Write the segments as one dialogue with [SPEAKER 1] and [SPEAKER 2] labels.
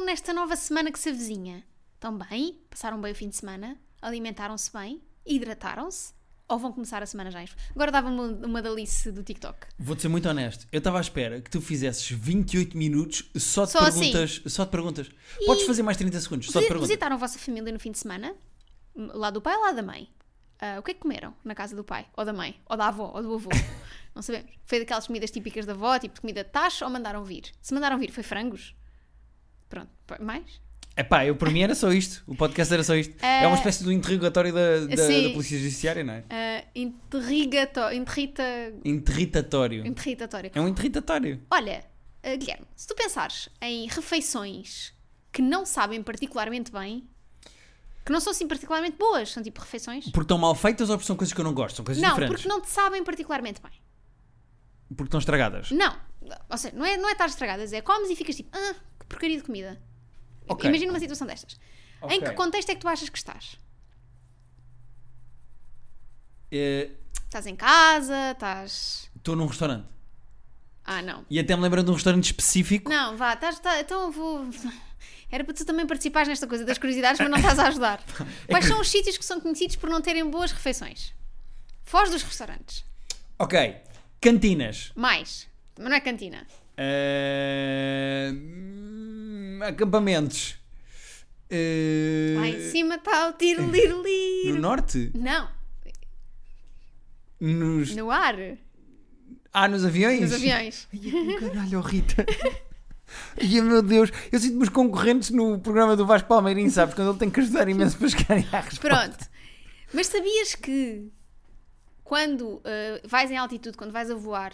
[SPEAKER 1] é nesta nova semana que se avizinha? Estão bem? Passaram bem o fim de semana? Alimentaram-se bem? Hidrataram-se? Ou vão começar a semana já? em frio? Agora dava uma, uma dalice do TikTok.
[SPEAKER 2] Vou-te ser muito honesto. Eu estava à espera que tu fizesses 28 minutos só de
[SPEAKER 1] Só assim?
[SPEAKER 2] perguntas. Só de perguntas. Podes fazer mais 30 segundos, só de
[SPEAKER 1] Visi-
[SPEAKER 2] perguntas.
[SPEAKER 1] Visitaram a vossa família no fim de semana? M- Lá do pai ou lá da mãe? Ah, o que é que comeram na casa do pai? Ou da mãe? Ou da avó? Ou do avô? Não sabemos. Foi daquelas comidas típicas da avó, tipo comida de tacho, ou mandaram vir? Se mandaram vir, foi frangos? Pronto, p- mais?
[SPEAKER 2] Epá, eu para mim era só isto. O podcast era só isto. É, uma espécie de um interrogatório da, da,
[SPEAKER 1] Sim.
[SPEAKER 2] da Polícia Judiciária, não é?
[SPEAKER 1] Ah, interrigato- interrita-
[SPEAKER 2] Interritatório.
[SPEAKER 1] interritatório.
[SPEAKER 2] É um interritatório.
[SPEAKER 1] Olha, ah, Guilherme, se tu pensares em refeições que não sabem particularmente bem, que não são assim particularmente boas, são tipo refeições.
[SPEAKER 2] Porque estão mal feitas ou porque são coisas que eu não gosto? São coisas
[SPEAKER 1] Não,
[SPEAKER 2] diferentes.
[SPEAKER 1] porque não te sabem particularmente bem.
[SPEAKER 2] Porque estão estragadas.
[SPEAKER 1] Não, ou seja, não é, não é estar estragadas, é comes e ficas tipo, ah, que porcaria de comida.
[SPEAKER 2] Ok.
[SPEAKER 1] Imagina uma situação destas. Em
[SPEAKER 2] Ok.
[SPEAKER 1] que contexto é que tu achas que estás?
[SPEAKER 2] Eh,
[SPEAKER 1] Estás em casa, estás.
[SPEAKER 2] Estou num restaurante.
[SPEAKER 1] Ah, não.
[SPEAKER 2] E até me lembro de um restaurante específico.
[SPEAKER 1] Não, vá, estás. tá- então eu vou. Era para tu também participares nesta coisa das curiosidades, mas não estás a ajudar.
[SPEAKER 2] É
[SPEAKER 1] Quais são os sítios que são conhecidos por não terem boas refeições? Foz dos restaurantes.
[SPEAKER 2] Ok. Cantinas.
[SPEAKER 1] Mais. Mas não é cantina.
[SPEAKER 2] Eh, hum, Acampamentos. Eh,
[SPEAKER 1] Lá em cima está o tiro, lir, lir.
[SPEAKER 2] No norte?
[SPEAKER 1] Não,
[SPEAKER 2] Nos...
[SPEAKER 1] no ar,
[SPEAKER 2] Ah, nos aviões?
[SPEAKER 1] nos aviões.
[SPEAKER 2] Ai, Caralho, oh Rita. Ai, meu Deus. Eu sinto-me os concorrentes no programa do Vasco Palmeirinho, sabes? Quando ele tem que ajudar imenso para chegar à resposta.
[SPEAKER 1] Pronto. Mas sabias que quando ah, vais em altitude, quando vais a voar,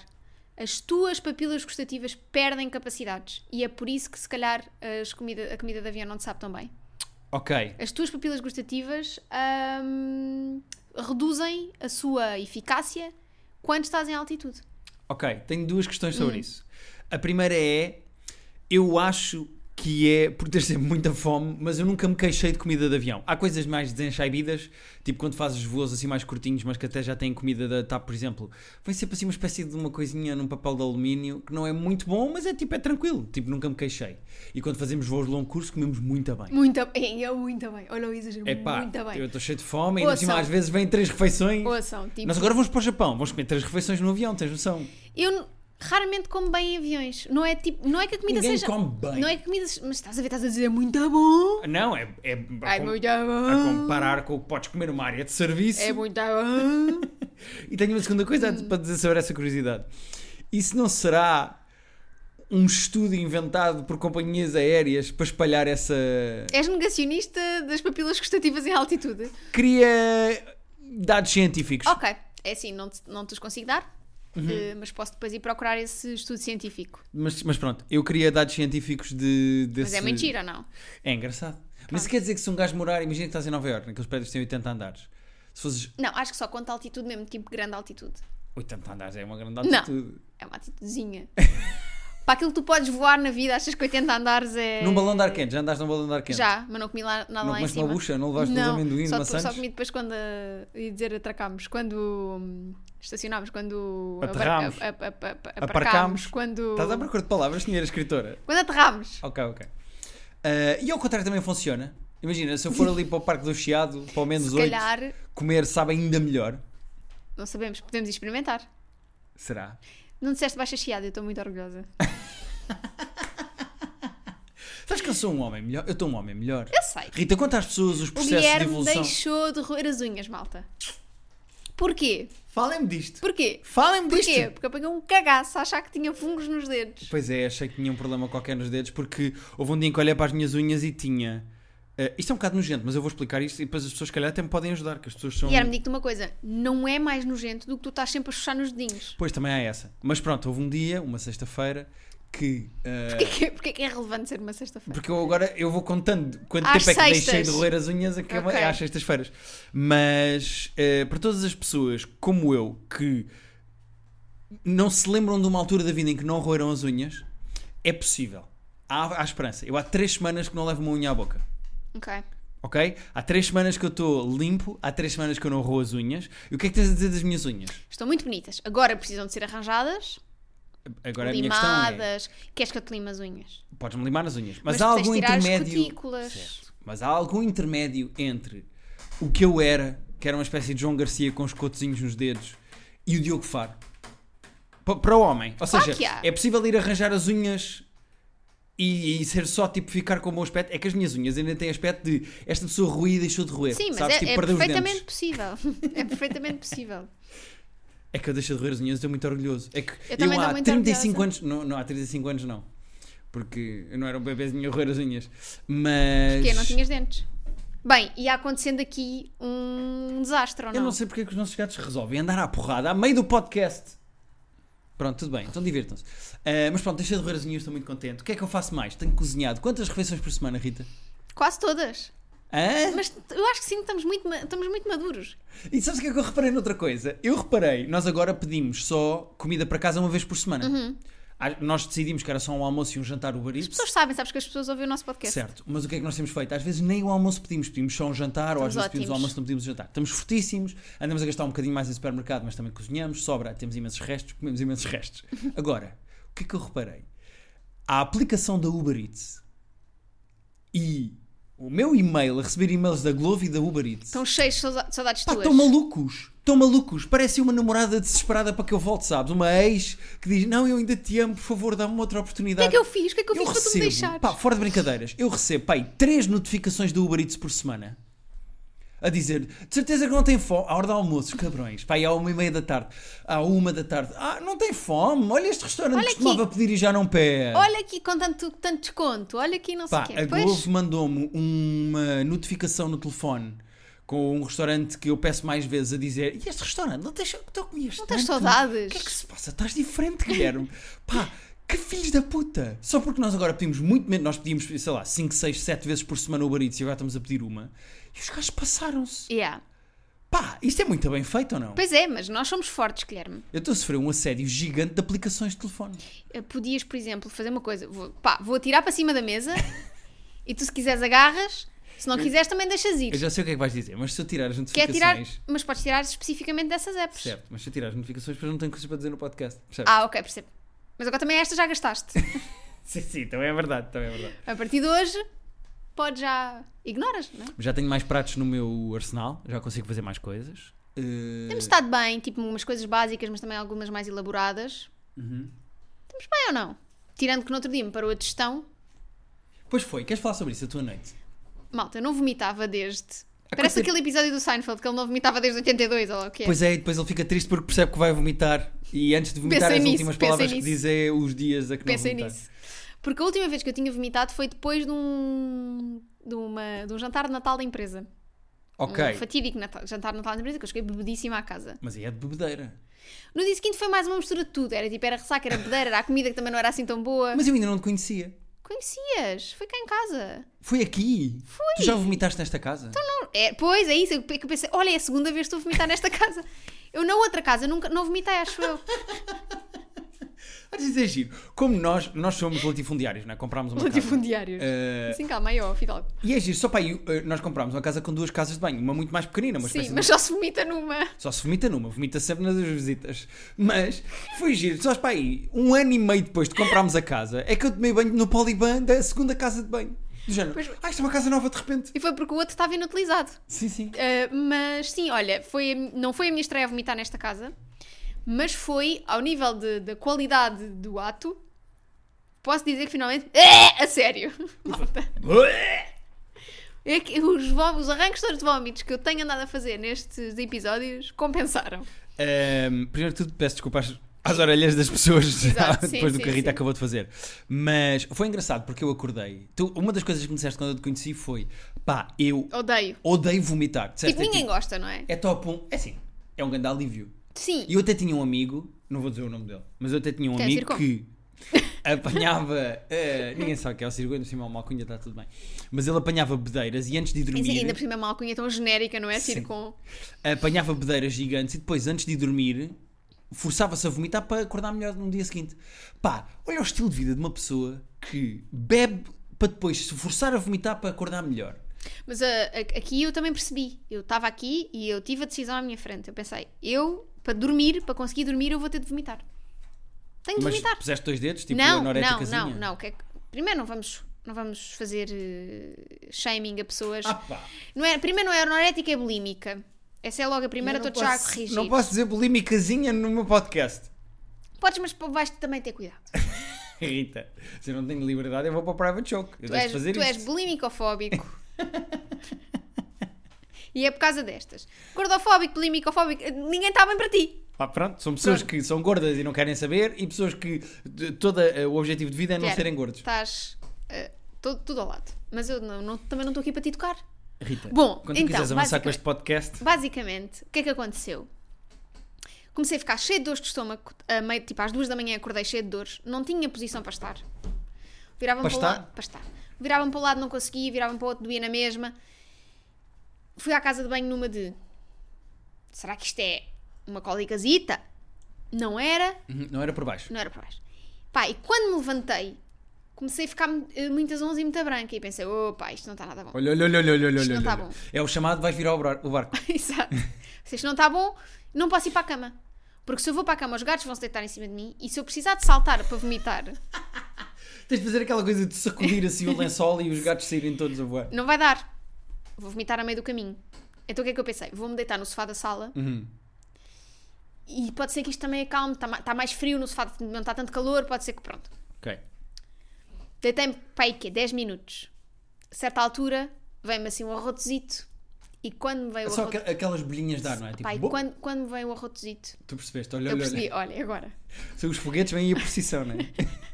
[SPEAKER 1] as tuas papilas gustativas perdem capacidades e é por isso que se calhar as comida, a comida de avião não te sabe tão bem.
[SPEAKER 2] Ok.
[SPEAKER 1] As tuas papilas gustativas ahm, reduzem a sua eficácia quando estás em altitude.
[SPEAKER 2] Ok, tenho duas questões
[SPEAKER 1] Hum.
[SPEAKER 2] sobre isso. A primeira é: eu acho que é por ter sempre muita fome, mas eu nunca me queixei de comida de avião. Há coisas mais desenchaibidas, tipo quando fazes voos assim mais curtinhos, mas que até já têm comida da TAP, por exemplo. Vem sempre assim uma espécie de uma coisinha num papel de alumínio que não é muito bom, mas é tipo, é tranquilo. Tipo, nunca me queixei. E quando fazemos voos de longo curso, comemos muito bem.
[SPEAKER 1] Muito bem, eu muito bem. Olha o exagero,
[SPEAKER 2] É pá,
[SPEAKER 1] Hum, muito bem.
[SPEAKER 2] eu estou cheio de fome e ainda por cima
[SPEAKER 1] Ouçam.
[SPEAKER 2] às vezes vêm três refeições.
[SPEAKER 1] Ouçam, tipo,
[SPEAKER 2] Nós agora vamos para o Japão, vamos comer três refeições no avião, tens noção?
[SPEAKER 1] eu n- raramente como bem em aviões. Não é, tipo, não é que a comida
[SPEAKER 2] Ninguém
[SPEAKER 1] seja...
[SPEAKER 2] come bem.
[SPEAKER 1] Não é que comida. Mas estás a ver, estás a dizer "É muito bom.
[SPEAKER 2] Não, é, é
[SPEAKER 1] É
[SPEAKER 2] com-
[SPEAKER 1] muito
[SPEAKER 2] a
[SPEAKER 1] bom.
[SPEAKER 2] comparar com o que podes comer numa área de serviço.
[SPEAKER 1] É muito bom.
[SPEAKER 2] E tenho uma segunda coisa a- para dizer sobre essa curiosidade. Isso não será um estudo inventado por companhias aéreas para espalhar essa.
[SPEAKER 1] És negacionista das papilas gustativas em altitude.
[SPEAKER 2] Cria dados científicos.
[SPEAKER 1] Ok, é assim, não te, não te os consigo dar,
[SPEAKER 2] Uhum.
[SPEAKER 1] eh, mas posso depois ir procurar esse estudo científico.
[SPEAKER 2] Mas, mas pronto, eu queria dados científicos de.
[SPEAKER 1] Mas
[SPEAKER 2] Desse...
[SPEAKER 1] é mentira, não?
[SPEAKER 2] É engraçado. Mas isso quer dizer que se um gajo morar, imagina que estás em Nova Iorque, naqueles prédios que têm 80 andares. Se fosses.
[SPEAKER 1] Não, acho que só conta altitude mesmo, tipo grande altitude.
[SPEAKER 2] 80 andares é uma grande
[SPEAKER 1] Não.
[SPEAKER 2] altitude.
[SPEAKER 1] É uma altitudezinha. Para aquilo que tu podes voar na vida, achas que 80 andares é.
[SPEAKER 2] Num balão de ar quente, já andaste num balão de ar quente?
[SPEAKER 1] Já, mas não comi lá, nada
[SPEAKER 2] Não
[SPEAKER 1] lá em
[SPEAKER 2] comeste
[SPEAKER 1] cima.
[SPEAKER 2] uma bucha? Não levaste uns amendoins,
[SPEAKER 1] só,
[SPEAKER 2] maçãs?
[SPEAKER 1] só comi depois quando, ah, ia dizer, atracámos, quando hum, estacionámos, quando apar-
[SPEAKER 2] Aterrámos.
[SPEAKER 1] ap- ap- ap- ap-
[SPEAKER 2] Aparcámos.
[SPEAKER 1] aparcámos, quando,
[SPEAKER 2] Estás à procura de palavras, senhora escritora?
[SPEAKER 1] quando aterrámos.
[SPEAKER 2] Ok, ok. Ah, e ao contrário também funciona. Imagina, se eu for ali para o Parque do Chiado, para o menos
[SPEAKER 1] Se
[SPEAKER 2] 8,
[SPEAKER 1] calhar,
[SPEAKER 2] comer sabe ainda melhor.
[SPEAKER 1] não sabemos, podemos experimentar.
[SPEAKER 2] Será?
[SPEAKER 1] Não disseste baixa chiada, eu estou muito orgulhosa.
[SPEAKER 2] Sabes que eu sou um homem melhor? Eu estou um homem melhor.
[SPEAKER 1] Eu sei.
[SPEAKER 2] Rita, conta às pessoas os
[SPEAKER 1] O
[SPEAKER 2] processos de
[SPEAKER 1] Guilherme
[SPEAKER 2] evolução.
[SPEAKER 1] deixou de roer as unhas, malta. Porquê?
[SPEAKER 2] Falem-me disto.
[SPEAKER 1] Porquê?
[SPEAKER 2] Falem-me disto.
[SPEAKER 1] Porquê? Porque eu peguei um cagaço a achar que tinha fungos nos dedos.
[SPEAKER 2] Pois é, achei que tinha um problema qualquer nos dedos porque houve um dia em que olhei para as minhas unhas e tinha. ah, isto é um bocado nojento, mas eu vou explicar isto e depois as pessoas, se calhar, até me podem ajudar, que as pessoas são.
[SPEAKER 1] Guilherme, digo-te uma coisa, não é mais nojento do que tu estás sempre a chuchar nos dedinhos.
[SPEAKER 2] Pois também há essa. Mas pronto, houve um dia, uma sexta-feira, que. ah,
[SPEAKER 1] Porquê que, porquê que é relevante ser uma sexta-feira?
[SPEAKER 2] Porque eu agora eu vou contando quanto
[SPEAKER 1] Às
[SPEAKER 2] tempo é que
[SPEAKER 1] sextas.
[SPEAKER 2] deixei de roer as unhas é que é uma-
[SPEAKER 1] Ok.
[SPEAKER 2] é às sextas-feiras. Mas eh, para todas as pessoas como eu que não se lembram de uma altura da vida em que não roeram as unhas, é possível. Há, há esperança. Eu há três semanas que não levo uma unha à boca.
[SPEAKER 1] Ok.
[SPEAKER 2] Ok? Há três semanas que eu estou limpo, há três semanas que eu não roo as unhas. E o que é que tens a dizer das minhas unhas?
[SPEAKER 1] Estão muito bonitas. Agora precisam de ser arranjadas.
[SPEAKER 2] Agora a minha questão é,
[SPEAKER 1] limadas. Queres que eu te lime as unhas?
[SPEAKER 2] podes-me limar as unhas, mas,
[SPEAKER 1] Mas
[SPEAKER 2] há
[SPEAKER 1] tu tens de
[SPEAKER 2] algum
[SPEAKER 1] tirar as
[SPEAKER 2] intermédio...
[SPEAKER 1] cutículas.
[SPEAKER 2] Certo. Mas há algum intermédio entre o que eu era, que era uma espécie de João Garcia com os cotozinhos nos dedos, e o Diogo Faro? Pa- para o homem. Ou
[SPEAKER 1] Claro
[SPEAKER 2] seja,
[SPEAKER 1] que há.
[SPEAKER 2] é possível ir arranjar as unhas... E, e ser só tipo ficar com o bom aspecto é que as minhas unhas ainda têm aspecto de esta pessoa ruída deixou de roer.
[SPEAKER 1] Sim, mas
[SPEAKER 2] sabes?
[SPEAKER 1] é,
[SPEAKER 2] tipo,
[SPEAKER 1] é
[SPEAKER 2] perdeu os dentes.
[SPEAKER 1] perfeitamente possível. É perfeitamente possível.
[SPEAKER 2] É que eu deixo de roer as unhas, estou muito orgulhoso. É que
[SPEAKER 1] Eu
[SPEAKER 2] eu,
[SPEAKER 1] também estou
[SPEAKER 2] há
[SPEAKER 1] muito
[SPEAKER 2] 35
[SPEAKER 1] orgulhosa.
[SPEAKER 2] anos, não, não há 35 anos não, porque eu não era um bebezinho a roer as unhas, mas
[SPEAKER 1] Porque não tinhas dentes. Bem, e há acontecendo aqui um desastre, ou
[SPEAKER 2] eu
[SPEAKER 1] não?
[SPEAKER 2] não sei porque é que os nossos gatos resolvem andar à porrada a meio do podcast. Pronto, tudo bem, então divirtam-se. Ah, mas pronto, deixei de roer as unhas, estou muito contente. O que é que eu faço mais? Tenho cozinhado. Quantas refeições por semana, Rita?
[SPEAKER 1] Quase todas.
[SPEAKER 2] Hã?
[SPEAKER 1] Mas eu acho que sim, estamos muito, ma- estamos muito maduros.
[SPEAKER 2] E sabes o que é que eu reparei noutra coisa? Eu reparei, nós agora pedimos só comida para casa uma vez por semana.
[SPEAKER 1] Uhum.
[SPEAKER 2] Ah, Nós decidimos que era só um almoço e um jantar Uber Eats.
[SPEAKER 1] As pessoas sabem, sabes que as pessoas ouvem o nosso podcast.
[SPEAKER 2] Certo, mas o que é que nós temos feito? Às vezes nem o almoço pedimos, pedimos só um jantar, ou às
[SPEAKER 1] Estamos
[SPEAKER 2] vezes pedimos o
[SPEAKER 1] ótimos.
[SPEAKER 2] almoço, não pedimos o jantar. Estamos fortíssimos, andamos a gastar um bocadinho mais em supermercado, mas também cozinhamos, sobra, temos imensos restos, comemos imensos restos. Agora, o que é que eu reparei? A aplicação da Uber Eats e o meu e-mail a receber e-mails da Glovo e da Uber Eats
[SPEAKER 1] Estão cheios de sauda- de saudades
[SPEAKER 2] Pá,
[SPEAKER 1] tuas.
[SPEAKER 2] estão malucos, estão malucos. Parece uma namorada desesperada para que eu volte, sabes? Uma ex que diz: Não, eu ainda te amo, por favor, dá-me outra
[SPEAKER 1] O que
[SPEAKER 2] oportunidade.
[SPEAKER 1] é que eu fiz? O que é que eu, fiz para tu me deixares?
[SPEAKER 2] Pá, fora de brincadeiras, eu recebo, pai, três notificações do Uber Eats por semana. A dizer, de certeza que não tem fome. À hora do almoço, cabrões. Pai, à uma e meia da tarde. À uma da tarde. Ah, não tem fome. Olha este restaurante
[SPEAKER 1] Olha
[SPEAKER 2] que costumava pedir e já não pede.
[SPEAKER 1] Olha aqui com tanto, tanto desconto, olha aqui não sei
[SPEAKER 2] Pá,
[SPEAKER 1] o quê.
[SPEAKER 2] a
[SPEAKER 1] Pois,
[SPEAKER 2] Glovo mandou-me uma notificação no telefone com um restaurante que eu peço mais vezes a dizer: E este restaurante? Não tens, tu comias
[SPEAKER 1] não tens
[SPEAKER 2] tanto?
[SPEAKER 1] saudades?
[SPEAKER 2] O que é que se passa? Estás diferente, Guilherme. Pá, que filhos da puta. Só porque nós agora pedimos muito menos. Nós pedimos, sei lá, 5, 6, 7 vezes por semana o Uber Eats e agora estamos a pedir uma. E os gajos passaram-se.
[SPEAKER 1] Yeah.
[SPEAKER 2] Pá, isto é muito bem feito ou não?
[SPEAKER 1] Pois é, mas nós somos fortes, Guilherme.
[SPEAKER 2] Eu estou a sofrer um assédio gigante de aplicações de telefone.
[SPEAKER 1] Eh, Podias, por exemplo, fazer uma coisa. Vou, pá, vou atirar para cima da mesa e tu se quiseres agarras, se não quiseres também deixas
[SPEAKER 2] Eu
[SPEAKER 1] ir.
[SPEAKER 2] já sei o que é que vais dizer, mas se eu tirar as
[SPEAKER 1] Quer
[SPEAKER 2] notificações.
[SPEAKER 1] tirar, mas podes tirar especificamente dessas apps.
[SPEAKER 2] Certo, mas se eu tirar as notificações, depois não tenho coisas para dizer no podcast. Percebes?
[SPEAKER 1] Ah, ok, percebo. Mas agora também esta já gastaste.
[SPEAKER 2] Sim, sim, também é verdade, também é verdade.
[SPEAKER 1] A partir de hoje, podes já. Ignoras, não é?
[SPEAKER 2] Já tenho mais pratos no meu arsenal, já consigo fazer mais coisas. Eh,
[SPEAKER 1] Temos estado bem, tipo umas coisas básicas, mas também algumas mais elaboradas.
[SPEAKER 2] Uhum.
[SPEAKER 1] Estamos bem ou não? Tirando que no outro dia me parou a digestão.
[SPEAKER 2] Pois foi, queres falar sobre isso a tua noite?
[SPEAKER 1] Malta, eu não vomitava desde.
[SPEAKER 2] Há
[SPEAKER 1] Parece
[SPEAKER 2] quanto
[SPEAKER 1] aquele episódio do Seinfeld que ele não vomitava desde 82, ou lá o que é.
[SPEAKER 2] Pois é, e depois ele fica triste porque percebe que vai vomitar e antes de vomitar
[SPEAKER 1] Pensei
[SPEAKER 2] as
[SPEAKER 1] nisso,
[SPEAKER 2] últimas
[SPEAKER 1] pensei
[SPEAKER 2] palavras que
[SPEAKER 1] nisso.
[SPEAKER 2] diz é os dias a que
[SPEAKER 1] Pensei
[SPEAKER 2] não vomitar.
[SPEAKER 1] nisso. Porque a última vez que eu tinha vomitado foi depois de um, de uma, de um jantar de Natal da empresa. Um
[SPEAKER 2] Ok,
[SPEAKER 1] fatídico Natal- jantar de Natal da empresa que eu cheguei bebedíssima à casa.
[SPEAKER 2] mas aí é de bebedeira.
[SPEAKER 1] No dia seguinte foi mais uma mistura de tudo. Era tipo, era ressaca, era bedeira, era a comida que também não era assim tão boa.
[SPEAKER 2] Mas eu ainda não te conhecia.
[SPEAKER 1] Conhecias? Foi cá em casa.
[SPEAKER 2] Foi aqui? Foi. Tu já vomitaste nesta casa?
[SPEAKER 1] Não, é, pois, é isso. é que eu pensei, olha, é a segunda vez que estou a vomitar nesta casa. Eu na outra casa nunca, não vomitei, acho eu.
[SPEAKER 2] Vais dizer é giro. Como nós, nós somos latifundiários, não é? Comprámos uma casa.
[SPEAKER 1] Latifundiários.
[SPEAKER 2] Eh,
[SPEAKER 1] Sim, calma aí, ó, Fidalgo.
[SPEAKER 2] e é giro, só para aí, eh, nós comprámos uma casa com duas casas de banho, uma muito mais pequenina, uma espécie
[SPEAKER 1] Sim,
[SPEAKER 2] de
[SPEAKER 1] mas só se vomita numa.
[SPEAKER 2] Só se vomita numa, vomita sempre nas visitas. Mas foi giro. Só para aí, um ano e meio depois de comprarmos a casa, é que eu tomei banho no Poliban da segunda casa de banho. Do género,
[SPEAKER 1] Pois-
[SPEAKER 2] ah, isto é uma casa nova de repente.
[SPEAKER 1] E foi porque o outro estava inutilizado.
[SPEAKER 2] Sim, sim.
[SPEAKER 1] Uh, mas sim, olha, foi a mi- não foi a minha estreia a vomitar nesta casa, mas foi ao nível de- da qualidade do ato. Posso dizer que finalmente. É, a sério! Malta. É que os, vó- os arranques todos de vómitos que eu tenho andado a fazer nestes episódios compensaram.
[SPEAKER 2] Ahm, Ehm, primeiro de tudo, peço desculpas às, às orelhas das pessoas
[SPEAKER 1] Exato, sim,
[SPEAKER 2] depois do
[SPEAKER 1] sim,
[SPEAKER 2] que a Rita
[SPEAKER 1] sim.
[SPEAKER 2] acabou de fazer. Mas foi engraçado porque eu acordei. Tu, uma das coisas que me disseste quando eu te conheci foi: pá, eu
[SPEAKER 1] Odeio.
[SPEAKER 2] odeio vomitar. Disseste,
[SPEAKER 1] Tipo,
[SPEAKER 2] é,
[SPEAKER 1] ninguém
[SPEAKER 2] tipo,
[SPEAKER 1] gosta, não é?
[SPEAKER 2] é top 1. É assim, é um grande alívio.
[SPEAKER 1] Sim.
[SPEAKER 2] E eu até tinha um amigo, não vou dizer o nome dele, mas eu até tinha um
[SPEAKER 1] Quer dizer
[SPEAKER 2] amigo
[SPEAKER 1] como?
[SPEAKER 2] que apanhava. eh, ninguém sabe o que é o circo, ainda por cima é uma alcunha, está tudo bem. Mas ele apanhava bedeiras e antes de
[SPEAKER 1] Sim,
[SPEAKER 2] dormir.
[SPEAKER 1] ainda por cima é uma alcunha tão genérica, não é?
[SPEAKER 2] Sim.
[SPEAKER 1] Circon.
[SPEAKER 2] Apanhava bedeiras gigantes e depois, antes de dormir, forçava-se a vomitar para acordar melhor no dia seguinte. Pá, olha o estilo de vida de uma pessoa que bebe para depois se forçar a vomitar para acordar melhor.
[SPEAKER 1] Mas a- a- aqui eu também percebi. Eu estava aqui e eu tive a decisão à minha frente. Eu pensei, eu, para dormir, para conseguir dormir, eu vou ter de vomitar. Tenho de
[SPEAKER 2] Mas
[SPEAKER 1] vomitar.
[SPEAKER 2] puseste dois dedos, tipo
[SPEAKER 1] não, não,
[SPEAKER 2] anoréticazinha?
[SPEAKER 1] não, não. O que é que- Primeiro não vamos, não vamos fazer eh, shaming a pessoas.
[SPEAKER 2] Ah pá,
[SPEAKER 1] Não é, primeiro não é anorética, é bulímica. Essa é logo a primeira,
[SPEAKER 2] eu não
[SPEAKER 1] estou-te já a
[SPEAKER 2] posso-
[SPEAKER 1] corrigir.
[SPEAKER 2] Não posso dizer bulimicazinha no meu podcast.
[SPEAKER 1] Podes, mas vais também ter cuidado.
[SPEAKER 2] Rita, se eu não tenho liberdade, eu vou para o private joke. Eu
[SPEAKER 1] Tu
[SPEAKER 2] deixo
[SPEAKER 1] és,
[SPEAKER 2] de fazer
[SPEAKER 1] tu
[SPEAKER 2] isto.
[SPEAKER 1] és bulimicofóbico. e é por causa destas. Gordofóbico, bulimicofóbico, eh, ninguém está bem para ti.
[SPEAKER 2] Pá, pronto, são pessoas
[SPEAKER 1] Pronto.
[SPEAKER 2] que são gordas e não querem saber e pessoas que de- todo eh, o objetivo de vida é não
[SPEAKER 1] Tiago,
[SPEAKER 2] serem gordos.
[SPEAKER 1] Estás eh, todo- tudo ao lado. Mas eu não- não- também não estou aqui para te educar.
[SPEAKER 2] Rita,
[SPEAKER 1] Bom,
[SPEAKER 2] quando
[SPEAKER 1] então,
[SPEAKER 2] tu quiseres avançar com
[SPEAKER 1] basicamente-
[SPEAKER 2] este podcast,
[SPEAKER 1] Basicamente, o que é que aconteceu? Comecei a ficar cheio de dores de estômago, a meio, tipo às duas da manhã acordei cheio de dores, não tinha posição para estar. Viravam
[SPEAKER 2] Para
[SPEAKER 1] para,
[SPEAKER 2] estar?
[SPEAKER 1] o lado, para estar. Viravam para o lado, não conseguia, viravam para o outro, doía na mesma. Fui à casa de banho numa de. Será que isto é uma cólicazita? Não era,
[SPEAKER 2] Uhum, não era por baixo.
[SPEAKER 1] não era para baixo. Pá, e quando me levantei, comecei a ficar eh, muitas onze e muita branca e pensei, opa, isto não está nada bom.
[SPEAKER 2] Olha, olha, olha, olha, olha, olha,
[SPEAKER 1] Isto não
[SPEAKER 2] olha.
[SPEAKER 1] tá
[SPEAKER 2] olha.
[SPEAKER 1] bom.
[SPEAKER 2] É o chamado, vais virar o bra- o barco.
[SPEAKER 1] Exato. Se isto não está bom, não posso ir para a cama. Porque se eu vou para a cama, os gatos vão se deitar em cima de mim e se eu precisar de saltar para vomitar,
[SPEAKER 2] Tens de fazer aquela coisa de sacudir assim o lençol e os gatos saírem todos a voar.
[SPEAKER 1] não vai dar. Vou vomitar a meio do caminho. Então o que é que eu pensei? Vou-me deitar no sofá da sala
[SPEAKER 2] Uhum.
[SPEAKER 1] e pode ser que isto também acalme, está, ma- está mais frio no sofá, não está tanto calor, pode ser que pronto.
[SPEAKER 2] Ok.
[SPEAKER 1] Deitei-me para aí quê? 10 minutos. A certa altura, vem-me assim um arrotozito e quando me veio o
[SPEAKER 2] Só
[SPEAKER 1] arroto...
[SPEAKER 2] aqua- aquelas bolinhas de ar, não é? Tipo,
[SPEAKER 1] Pá, e
[SPEAKER 2] bo-
[SPEAKER 1] quando, quando me veio o arrotozito,
[SPEAKER 2] Tu percebeste, olha,
[SPEAKER 1] eu
[SPEAKER 2] olha,
[SPEAKER 1] percebi,
[SPEAKER 2] olha.
[SPEAKER 1] olha, agora.
[SPEAKER 2] São os foguetes, vêm aí a procissão, não é?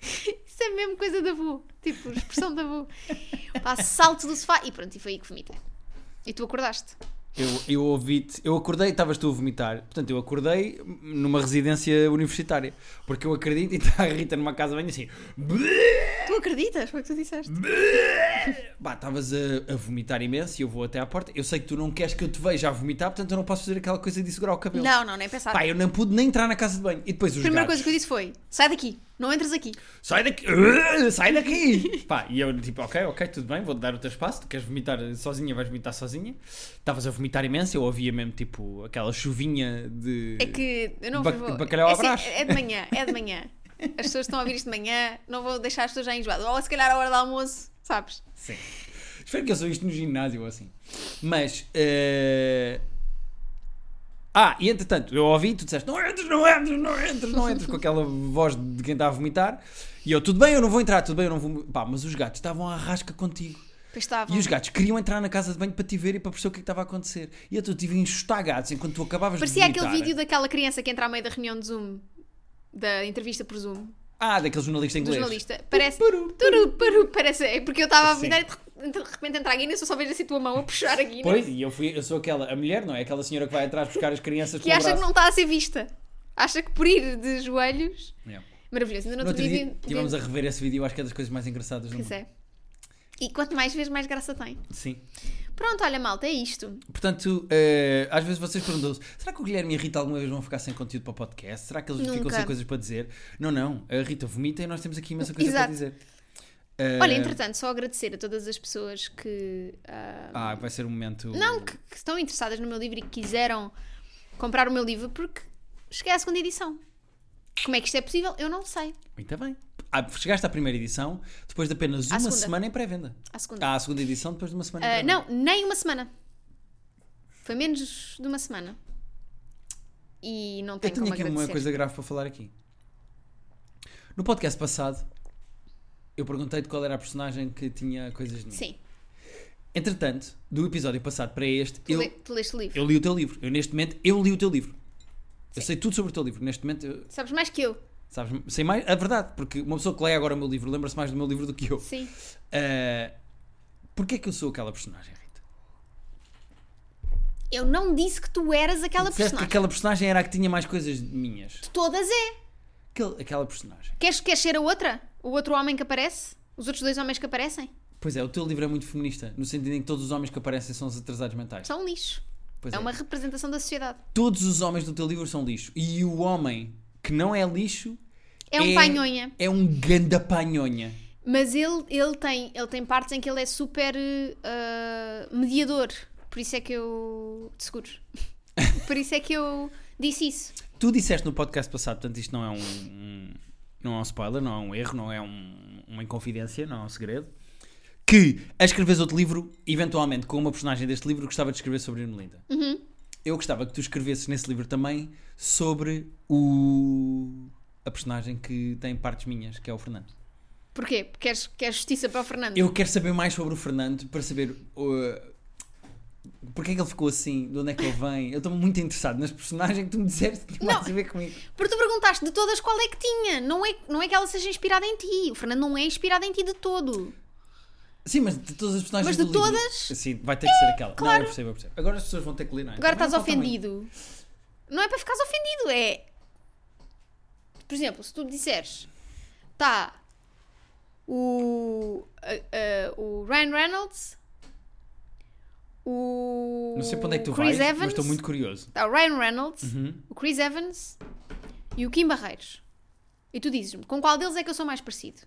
[SPEAKER 1] Isso é a mesma coisa da avô. Tipo, expressão da avô. Pá, salto do sofá e pronto, e foi aí que vomitei. E tu acordaste.
[SPEAKER 2] Eu, eu ouvi-te, eu acordei, estavas tu a vomitar. Portanto, eu acordei numa residência universitária. Porque eu acredito e está a Rita numa casa bem assim.
[SPEAKER 1] Tu acreditas? Foi o que tu disseste.
[SPEAKER 2] Pá, estavas a, a vomitar imenso e eu vou até à porta. Eu sei que tu não queres que eu te veja a vomitar, portanto eu não posso fazer aquela coisa de segurar o cabelo.
[SPEAKER 1] Não, não, nem pensar.
[SPEAKER 2] Pá, eu não pude nem entrar na casa de banho. E depois os
[SPEAKER 1] a primeira
[SPEAKER 2] gatos,
[SPEAKER 1] coisa que eu disse foi: sai daqui, não entres aqui.
[SPEAKER 2] sai daqui, sai daqui. Pá, e eu tipo, ok, ok, tudo bem, vou-te dar o teu espaço. Tu queres vomitar sozinha, vais vomitar sozinha. Estavas a vomitar imenso, eu ouvia mesmo tipo aquela chuvinha de...
[SPEAKER 1] É que eu não
[SPEAKER 2] Bac-
[SPEAKER 1] vou.
[SPEAKER 2] bacalhau
[SPEAKER 1] é,
[SPEAKER 2] à
[SPEAKER 1] assim,
[SPEAKER 2] brás.
[SPEAKER 1] é de manhã, é de manhã. As pessoas estão a ouvir isto de manhã, não vou deixar as pessoas já enjoadas. Ou se calhar a hora do almoço, sabes?
[SPEAKER 2] Sim. Espero que eu sou isto no ginásio ou assim. Mas. eh, Ah, e entretanto, eu ouvi, tu disseste: não entres, não entres, não entres, não entres, com aquela voz de quem está a vomitar. E eu, tudo bem, eu não vou entrar, tudo bem, eu não vou. Pá, mas os gatos estavam à rasca contigo.
[SPEAKER 1] Pois estavam.
[SPEAKER 2] E os gatos queriam entrar na casa de banho para te ver e para perceber o que, é que estava a acontecer. E eu, tu tive a enxotar gatos enquanto tu acabavas
[SPEAKER 1] Parecia
[SPEAKER 2] de é? vomitar.
[SPEAKER 1] aquele vídeo daquela criança que entra ao meio da reunião de Zoom, da entrevista por Zoom.
[SPEAKER 2] Ah, daquele jornalista
[SPEAKER 1] do
[SPEAKER 2] inglês.
[SPEAKER 1] jornalista. Parece.
[SPEAKER 2] Paru,
[SPEAKER 1] Turu, paru, parece. É porque eu estava a
[SPEAKER 2] Sim.
[SPEAKER 1] virar e de re- de repente entra a Guinness, eu só vejo assim a tua mão a puxar a Guinness.
[SPEAKER 2] Pois, e eu, fui, eu sou aquela, a mulher, não é? Aquela senhora que vai atrás buscar as crianças
[SPEAKER 1] que
[SPEAKER 2] com o
[SPEAKER 1] acha que
[SPEAKER 2] braço.
[SPEAKER 1] não está a ser vista. Acha que por ir de joelhos.
[SPEAKER 2] Yeah.
[SPEAKER 1] Maravilhoso. Ainda
[SPEAKER 2] No
[SPEAKER 1] não
[SPEAKER 2] outro
[SPEAKER 1] te
[SPEAKER 2] dia,
[SPEAKER 1] vi.
[SPEAKER 2] tivemos a rever esse vídeo, eu acho que é das coisas mais engraçadas do mundo.
[SPEAKER 1] Pois é. E quanto mais vês, mais graça tem.
[SPEAKER 2] Sim.
[SPEAKER 1] Pronto, olha, malta, é isto.
[SPEAKER 2] Portanto, eh, às vezes vocês perguntam-se: será que o Guilherme e a Rita alguma vez vão ficar sem conteúdo para o podcast? Será que eles ficam
[SPEAKER 1] Nunca.
[SPEAKER 2] sem coisas para dizer? Não, não. A Rita vomita e nós temos aqui imensa coisa
[SPEAKER 1] Exato.
[SPEAKER 2] para dizer. Eh,
[SPEAKER 1] Olha, então- entretanto, só agradecer a todas as pessoas que. ah,
[SPEAKER 2] Ah, vai ser um momento.
[SPEAKER 1] não, que, que estão interessadas no meu livro e que quiseram comprar o meu livro porque cheguei à segunda edição. Como é que isto é possível? Eu não sei.
[SPEAKER 2] Muito bem. Ah, chegaste à primeira edição depois de apenas
[SPEAKER 1] À
[SPEAKER 2] uma
[SPEAKER 1] segunda.
[SPEAKER 2] semana em pré-venda.
[SPEAKER 1] À segunda.
[SPEAKER 2] Ah, à segunda edição depois de uma semana em
[SPEAKER 1] Ah,
[SPEAKER 2] pré-venda.
[SPEAKER 1] não, nem uma semana. Foi menos de uma semana. E não
[SPEAKER 2] Eu
[SPEAKER 1] tenho,
[SPEAKER 2] tenho
[SPEAKER 1] como
[SPEAKER 2] aqui
[SPEAKER 1] agradecer.
[SPEAKER 2] uma coisa grave para falar aqui. No podcast passado, eu perguntei-te qual era a personagem que tinha coisas de mim.
[SPEAKER 1] Sim,
[SPEAKER 2] Entretanto, do episódio passado para este,
[SPEAKER 1] tu,
[SPEAKER 2] eu,
[SPEAKER 1] le- tu leste o livro.
[SPEAKER 2] eu li o teu livro. Eu, neste momento, eu li o teu livro. Eu sei tudo sobre o teu livro. Neste momento, eu-
[SPEAKER 1] Sabes mais que eu.
[SPEAKER 2] sabes, sei mais a verdade, porque uma pessoa que lê agora o meu livro lembra-se mais do meu livro do que eu.
[SPEAKER 1] Sim.
[SPEAKER 2] Ah, Porquê é que eu sou aquela personagem, Rita?
[SPEAKER 1] Eu não disse que tu eras aquela
[SPEAKER 2] Disseste que
[SPEAKER 1] personagem.
[SPEAKER 2] aquela personagem era a que tinha mais coisas minhas.
[SPEAKER 1] Todas é.
[SPEAKER 2] Aquele- aquela personagem.
[SPEAKER 1] Queres, queres ser a outra? O outro homem que aparece? Os outros dois homens que aparecem?
[SPEAKER 2] Pois é, o teu livro é muito feminista, no sentido em que todos os homens que aparecem são os atrasados mentais.
[SPEAKER 1] São um lixo.
[SPEAKER 2] Pois
[SPEAKER 1] é,
[SPEAKER 2] é.
[SPEAKER 1] uma representação da sociedade.
[SPEAKER 2] Todos os homens do teu livro são lixo. E o homem que não é lixo
[SPEAKER 1] É um panhonha.
[SPEAKER 2] É um ganda panhonha.
[SPEAKER 1] Mas ele, ele, tem, ele tem partes em que ele é super eh, mediador. Por isso é que eu. De seguros. Por isso é que eu disse isso.
[SPEAKER 2] Tu disseste no podcast passado, portanto, isto não é um, um- não é um spoiler, não é um erro, não é um- uma inconfidência, não é um segredo. Que a escreveres outro livro, eventualmente com uma personagem deste livro, gostava de escrever sobre a Melinda. Eu gostava que tu escrevesses nesse livro também sobre o a personagem que tem partes minhas, que é o Fernando.
[SPEAKER 1] Porquê? Porque Queres, queres justiça para o Fernando?
[SPEAKER 2] Eu quero saber mais sobre o Fernando para saber uh, porque é que ele ficou assim, de onde é que ele vem. Eu estou muito interessado nas personagens que tu me disseste que tinha
[SPEAKER 1] Não.
[SPEAKER 2] mais a ver comigo.
[SPEAKER 1] Porque tu perguntaste de todas qual é que tinha. Não é, não é que ela seja inspirada em ti. O Fernando não é inspirado em ti de todo.
[SPEAKER 2] Sim, mas de todas as personagens
[SPEAKER 1] Mas de
[SPEAKER 2] do livro-
[SPEAKER 1] todas?
[SPEAKER 2] Sim, vai ter que ser aquela. Não,
[SPEAKER 1] claro.
[SPEAKER 2] eu percebo, eu percebo. Agora as pessoas vão ter que ler, não é?
[SPEAKER 1] Agora
[SPEAKER 2] Também
[SPEAKER 1] estás
[SPEAKER 2] não falta muito.
[SPEAKER 1] ofendido. Não é para ficares ofendido, é. Por exemplo, se tu disseres, tá, o. a- a- o Ryan Reynolds, o.
[SPEAKER 2] Não sei para onde é que tu
[SPEAKER 1] Chris
[SPEAKER 2] vais,
[SPEAKER 1] Evans,
[SPEAKER 2] mas estou muito curioso.
[SPEAKER 1] tá, o Ryan Reynolds,
[SPEAKER 2] Uhum.
[SPEAKER 1] o Chris Evans e o Kim Barreiros. E tu dizes-me, com qual deles é que eu sou mais parecido?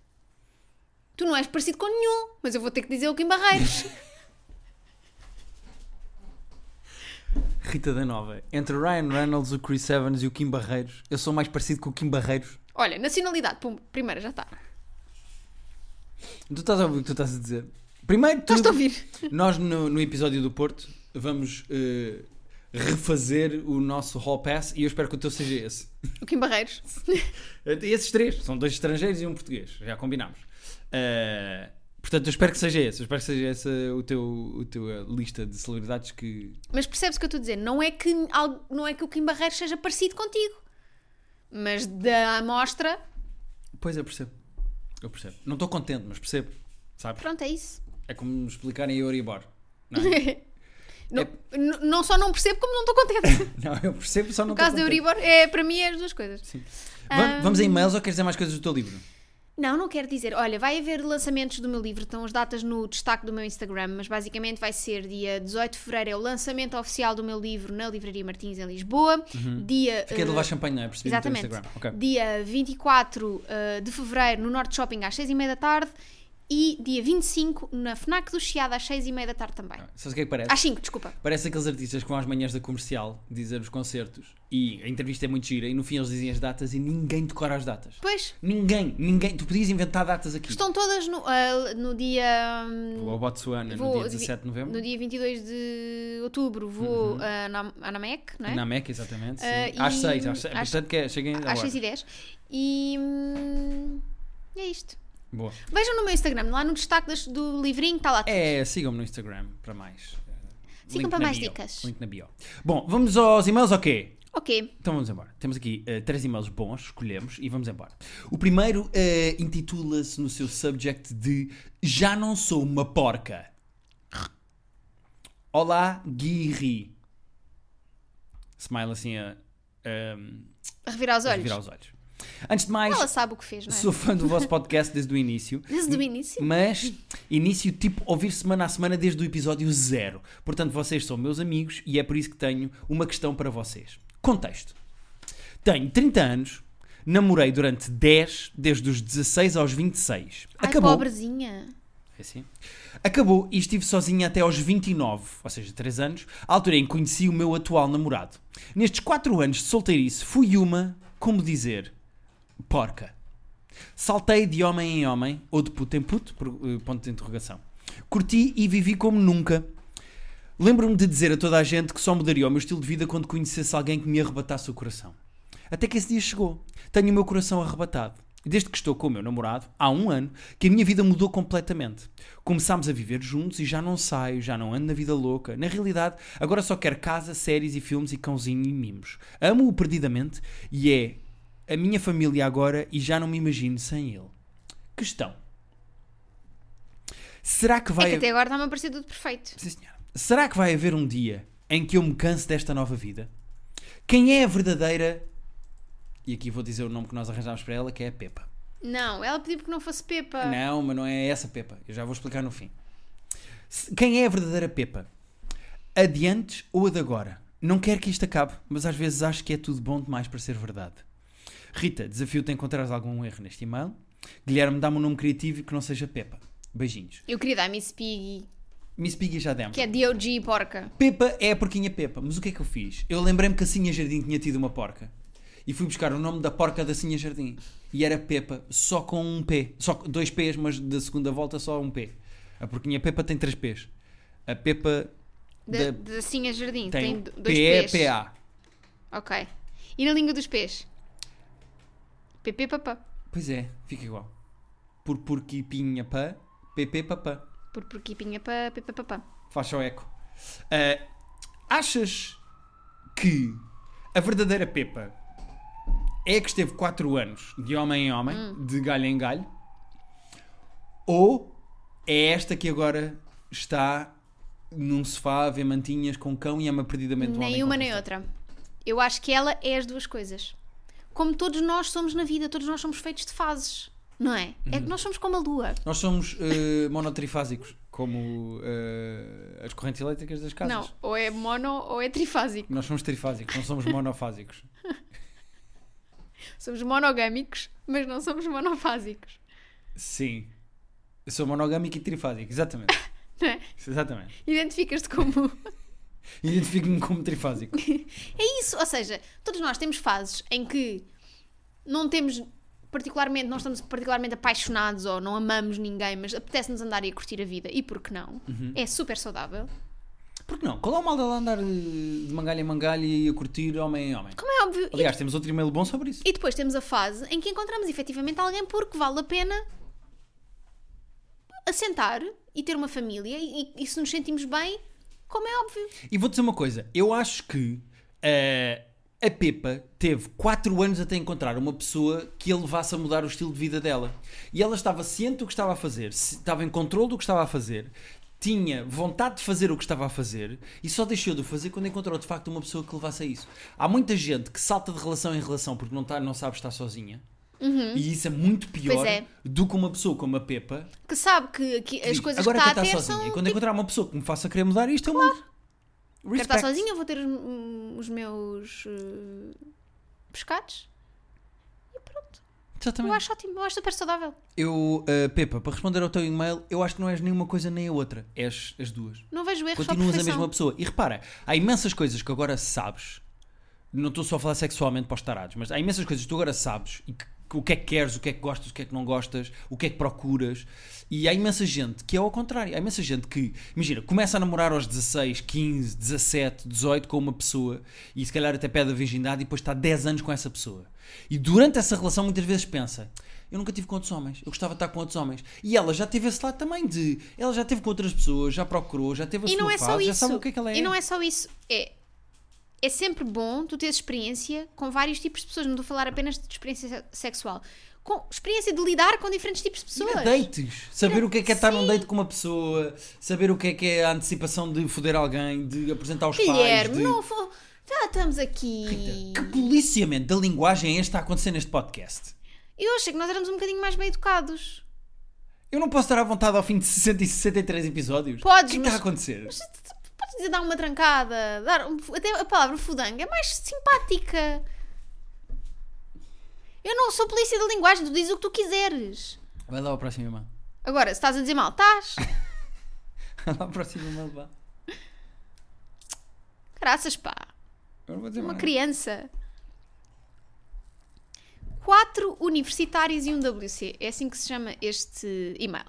[SPEAKER 1] Tu não és parecido com nenhum, mas eu vou ter que dizer o Kim Barreiros.
[SPEAKER 2] Rita da Nova. Entre o Ryan Reynolds, o Chris Evans e o Kim Barreiros, eu sou mais parecido com o Kim Barreiros.
[SPEAKER 1] Olha, nacionalidade, pum, primeira, já tá. está.
[SPEAKER 2] Tu estás a ouvir o que tu estás a dizer? Primeiro, tu,
[SPEAKER 1] Estás-te a ouvir?
[SPEAKER 2] nós no, no episódio do Porto vamos eh, refazer o nosso Hall Pass e eu espero que o teu seja esse.
[SPEAKER 1] O Kim Barreiros.
[SPEAKER 2] Eh, Esses três, são dois estrangeiros e um português, já combinámos. Eh, portanto, eu espero que seja esse, eu espero que seja essa o teu, o teu eh, lista de celebridades que.
[SPEAKER 1] Mas percebes o que eu estou a dizer? Não é que, algo- não é que o Kim Barreiros seja parecido contigo. Mas da amostra,
[SPEAKER 2] Pois eu percebo. Eu percebo. Não estou contente, mas percebo. Sabes?
[SPEAKER 1] pronto, é isso.
[SPEAKER 2] É como me explicarem Euribor. Não, é?
[SPEAKER 1] Não, n- não só não percebo, como não estou contente.
[SPEAKER 2] não, eu percebo, só não
[SPEAKER 1] No
[SPEAKER 2] estou
[SPEAKER 1] caso da
[SPEAKER 2] contente.
[SPEAKER 1] Euribor, é, para mim é as duas coisas.
[SPEAKER 2] Sim. Va- Vamos a e-mails ou queres dizer mais coisas do teu livro?
[SPEAKER 1] Não, não quero dizer. Olha, vai haver lançamentos do meu livro, estão as datas no destaque do meu Instagram, mas basicamente vai ser dia 18 de fevereiro, é o lançamento oficial do meu livro na Livraria Martins, em Lisboa. Dia.
[SPEAKER 2] Uhum. Fiquei de
[SPEAKER 1] eh,
[SPEAKER 2] levar champanhe, não é? Percebi no teu
[SPEAKER 1] Exatamente.
[SPEAKER 2] Instagram. Ok.
[SPEAKER 1] Dia 24 uh, de fevereiro no Norte Shopping às 6h30 da tarde e dia 25 na Fnac do Chiado às 6h30 da tarde também.
[SPEAKER 2] Sabes o que é que parece?
[SPEAKER 1] Às 5, desculpa.
[SPEAKER 2] Parece aqueles artistas que vão às manhãs da comercial dizer os concertos e a entrevista é muito gira e no fim eles dizem as datas e ninguém decora as datas.
[SPEAKER 1] Pois,
[SPEAKER 2] Ninguém, ninguém. Tu podias inventar datas aqui.
[SPEAKER 1] estão todas no, ah, no dia. hum,
[SPEAKER 2] Vou ao Botsuana no
[SPEAKER 1] vou-
[SPEAKER 2] dia 17 de novembro. Uhum.
[SPEAKER 1] No dia 22 de outubro vou ah, na, à Namek, não é?
[SPEAKER 2] Na MEC, exatamente. sim.
[SPEAKER 1] Eh, e-
[SPEAKER 2] às 6, às 6.
[SPEAKER 1] às-
[SPEAKER 2] Portanto, que é, cheguem à
[SPEAKER 1] Às
[SPEAKER 2] hora.
[SPEAKER 1] 6h10. E. hum, é isto.
[SPEAKER 2] Boa.
[SPEAKER 1] Vejam no meu Instagram, lá no destaque das- do livrinho, está lá tudo.
[SPEAKER 2] É, sigam-me no Instagram para mais. Eh,
[SPEAKER 1] Sigam
[SPEAKER 2] link
[SPEAKER 1] para
[SPEAKER 2] na
[SPEAKER 1] mais
[SPEAKER 2] bio.
[SPEAKER 1] dicas.
[SPEAKER 2] Link na bio. Bom, vamos aos e-mails ou quê?
[SPEAKER 1] Ok.
[SPEAKER 2] Então vamos embora. Temos aqui eh, três e-mails bons, escolhemos e vamos embora. O primeiro eh, intitula-se no seu subject de Já não sou uma porca. Olá, Guiri. Smile assim a, a,
[SPEAKER 1] A revirar os
[SPEAKER 2] a
[SPEAKER 1] olhos.
[SPEAKER 2] virar os olhos. Antes de mais,
[SPEAKER 1] Ela sabe o que fez, não é?
[SPEAKER 2] sou fã do vosso podcast desde o início.
[SPEAKER 1] Desde o início.
[SPEAKER 2] Mas início tipo ouvir semana a semana desde o episódio zero. Portanto, vocês são meus amigos e é por isso que tenho uma questão para vocês. Contexto. Tenho 30 anos, namorei durante 10, desde os 16 aos 26.
[SPEAKER 1] Ai,
[SPEAKER 2] Acabou.
[SPEAKER 1] pobrezinha.
[SPEAKER 2] É assim? Acabou e estive sozinha até aos 29, ou seja, 3 anos, a altura em que conheci o meu atual namorado. Nestes 4 anos de solteirice fui uma, como dizer, porca. Saltei de homem em homem, ou de puto em puto, por- eh, ponto de interrogação. Curti e vivi como nunca. Lembro-me de dizer a toda a gente que só mudaria o meu estilo de vida quando conhecesse alguém que me arrebatasse o coração. Até que esse dia chegou. Tenho o meu coração arrebatado. Desde que estou com o meu namorado, há um ano, que a minha vida mudou completamente. Começámos a viver juntos e já não saio, já não ando na vida louca. Na realidade, agora só quero casa, séries e filmes e cãozinho e mimos. Amo-o perdidamente e é a minha família agora e já não me imagino sem ele. Questão. Será que vai...
[SPEAKER 1] É que
[SPEAKER 2] haver-
[SPEAKER 1] até agora está-me a parecer tudo perfeito.
[SPEAKER 2] Sim, senhora. Será que vai haver um dia em que eu me canse desta nova vida? Quem é a verdadeira. E aqui vou dizer o nome que nós arranjámos para ela, que é a Pepa.
[SPEAKER 1] Não, ela pediu porque não fosse Pepa.
[SPEAKER 2] Não, mas não é essa Pepa. Eu já vou explicar no fim. Se- Quem é a verdadeira Pepa? A de antes ou a de agora? Não quero que isto acabe, mas às vezes acho que é tudo bom demais para ser verdade. Rita, desafio-te a encontrares algum erro neste e-mail. Guilherme, dá-me um nome criativo e que não seja Pepa. Beijinhos.
[SPEAKER 1] Eu queria dar Miss Piggy,
[SPEAKER 2] Miss Piggy já demos.
[SPEAKER 1] que é D.O.G. porca.
[SPEAKER 2] Pepa é a porquinha Pepa, mas o que é que eu fiz? Eu lembrei-me que a Sinha Jardim tinha tido uma porca. e fui buscar o nome da porca da Sinha Jardim. E era Pepa, só com um P. Só com dois P's, mas da segunda volta só um P. A porquinha Pepa tem três P's. A Pepa
[SPEAKER 1] Da,
[SPEAKER 2] da-
[SPEAKER 1] da Sinha Jardim. Tem,
[SPEAKER 2] tem,
[SPEAKER 1] do- dois
[SPEAKER 2] P-E-P-A.
[SPEAKER 1] P's. Ok. E na língua dos pés? PP papá.
[SPEAKER 2] Pois é, fica igual. Por porquipinha pá, PP papá.
[SPEAKER 1] Por porquipinha pá, PP papá.
[SPEAKER 2] Faz só um eco. Ah, achas que a verdadeira Pepa é a que esteve 4 anos de homem em homem,
[SPEAKER 1] Hum.
[SPEAKER 2] de galho em galho? Ou é esta que agora está num sofá a ver mantinhas com cão e ama perdidamente o homem
[SPEAKER 1] Nem uma
[SPEAKER 2] com
[SPEAKER 1] nem
[SPEAKER 2] quem
[SPEAKER 1] outra. Eu acho que ela é as duas coisas. Como todos nós somos na vida, todos nós somos feitos de fases, não é? É que nós somos como a lua.
[SPEAKER 2] Nós somos eh, monotrifásicos, como eh, as correntes elétricas das casas.
[SPEAKER 1] Não, ou é mono ou é trifásico.
[SPEAKER 2] Nós somos trifásicos, não somos monofásicos.
[SPEAKER 1] Somos monogâmicos, mas não somos monofásicos.
[SPEAKER 2] Sim. Eu sou monogâmico e trifásico, exatamente.
[SPEAKER 1] Não é?
[SPEAKER 2] Exatamente.
[SPEAKER 1] Identificas-te como.
[SPEAKER 2] Identifico-me como trifásico.
[SPEAKER 1] É isso, ou seja, todos nós temos fases em que não temos particularmente, não estamos particularmente apaixonados ou não amamos ninguém, mas apetece-nos andar e a curtir a vida, e por que não?
[SPEAKER 2] Uhum.
[SPEAKER 1] É super saudável.
[SPEAKER 2] Porque não? Qual é o mal dela andar eh, de mangalha em mangalha e a curtir homem em homem?
[SPEAKER 1] Como é óbvio. E,
[SPEAKER 2] Aliás, temos outro e-mail bom sobre isso.
[SPEAKER 1] e depois temos a fase em que encontramos efetivamente alguém porque vale a pena assentar e ter uma família, e, e se nos sentimos bem, como é óbvio.
[SPEAKER 2] E vou dizer uma coisa: eu acho que eh, a Pepa teve 4 anos até encontrar uma pessoa que a levasse a mudar o estilo de vida dela. E ela estava ciente do que estava a fazer, se- estava em controle do que estava a fazer, tinha vontade de fazer o que estava a fazer e só deixou de o fazer quando encontrou de facto uma pessoa que levasse a isso. Há muita gente que salta de relação em relação porque não, tá, não sabe estar sozinha. E isso é muito pior
[SPEAKER 1] Uhum. Pois é.
[SPEAKER 2] do que uma pessoa como a Pepa
[SPEAKER 1] Que sabe que, que as
[SPEAKER 2] Diz,
[SPEAKER 1] coisas
[SPEAKER 2] agora
[SPEAKER 1] que está
[SPEAKER 2] quero
[SPEAKER 1] a ter
[SPEAKER 2] estar sozinha.
[SPEAKER 1] são. tipo
[SPEAKER 2] E quando encontrar uma pessoa que me faça querer mudar, isto é um.
[SPEAKER 1] Quero estar sozinha, vou ter os, um, os meus eh, pescados. Eu
[SPEAKER 2] Exatamente.
[SPEAKER 1] acho ótimo, eu acho super saudável.
[SPEAKER 2] Eu, eh, Pepa, para responder ao teu e-mail, eu acho que não és nenhuma coisa nem a outra. És as duas.
[SPEAKER 1] Não vejo erros, É só
[SPEAKER 2] Continuas a
[SPEAKER 1] perfeição.
[SPEAKER 2] mesma pessoa. E repara, há imensas coisas que agora sabes. Não estou só a falar sexualmente para os tarados, mas há imensas coisas que tu agora sabes e que- que- o que é que queres, o que é que gostas, o que é que não gostas, o que é que procuras. E há imensa gente que é ao contrário. Há imensa gente que, imagina, começa a namorar aos 16, 15, 17, 18 com uma pessoa e se calhar até pede a virgindade e depois está 10 anos com essa pessoa. E durante essa relação muitas vezes pensa: eu nunca tive com outros homens, eu gostava de estar com outros homens. E ela já teve esse lado também de. Ela já teve com outras pessoas, já procurou, já teve a
[SPEAKER 1] E
[SPEAKER 2] sua
[SPEAKER 1] não é
[SPEAKER 2] fase,
[SPEAKER 1] só
[SPEAKER 2] já sabe
[SPEAKER 1] isso.
[SPEAKER 2] o que é que ela é.
[SPEAKER 1] E não é só isso. É, é sempre bom tu teres experiência com vários tipos de pessoas. Não estou a falar apenas de experiência se- sexual. Com experiência de lidar com diferentes tipos de
[SPEAKER 2] Ir
[SPEAKER 1] pessoas.
[SPEAKER 2] a dates. Saber o que é que é estar num date com uma pessoa, saber o que é que é a antecipação de foder alguém, de apresentar os
[SPEAKER 1] Guilherme,
[SPEAKER 2] pais. de-
[SPEAKER 1] não vou. Já estamos aqui.
[SPEAKER 2] Que policiamento da linguagem é este que está a acontecer neste podcast?
[SPEAKER 1] Eu achei que nós éramos um bocadinho mais bem educados.
[SPEAKER 2] Eu não posso estar à vontade ao fim de 60 e 63 episódios.
[SPEAKER 1] Podes,
[SPEAKER 2] O que é que
[SPEAKER 1] mas-
[SPEAKER 2] está a acontecer?
[SPEAKER 1] Mas tu- tu Podes dizer dar uma trancada, dar um- até a palavra fudanga é mais simpática. Eu não sou polícia da linguagem, tu dizes o que tu quiseres.
[SPEAKER 2] Vai lá ao próximo irmão.
[SPEAKER 1] Agora, se estás a dizer mal, estás.
[SPEAKER 2] Vai lá ao próximo irmão. vá.
[SPEAKER 1] Graças, pá.
[SPEAKER 2] Eu não é? vou dizer
[SPEAKER 1] Uma
[SPEAKER 2] mais.
[SPEAKER 1] criança. Quatro universitários e um WC. É assim que se chama este e-mail.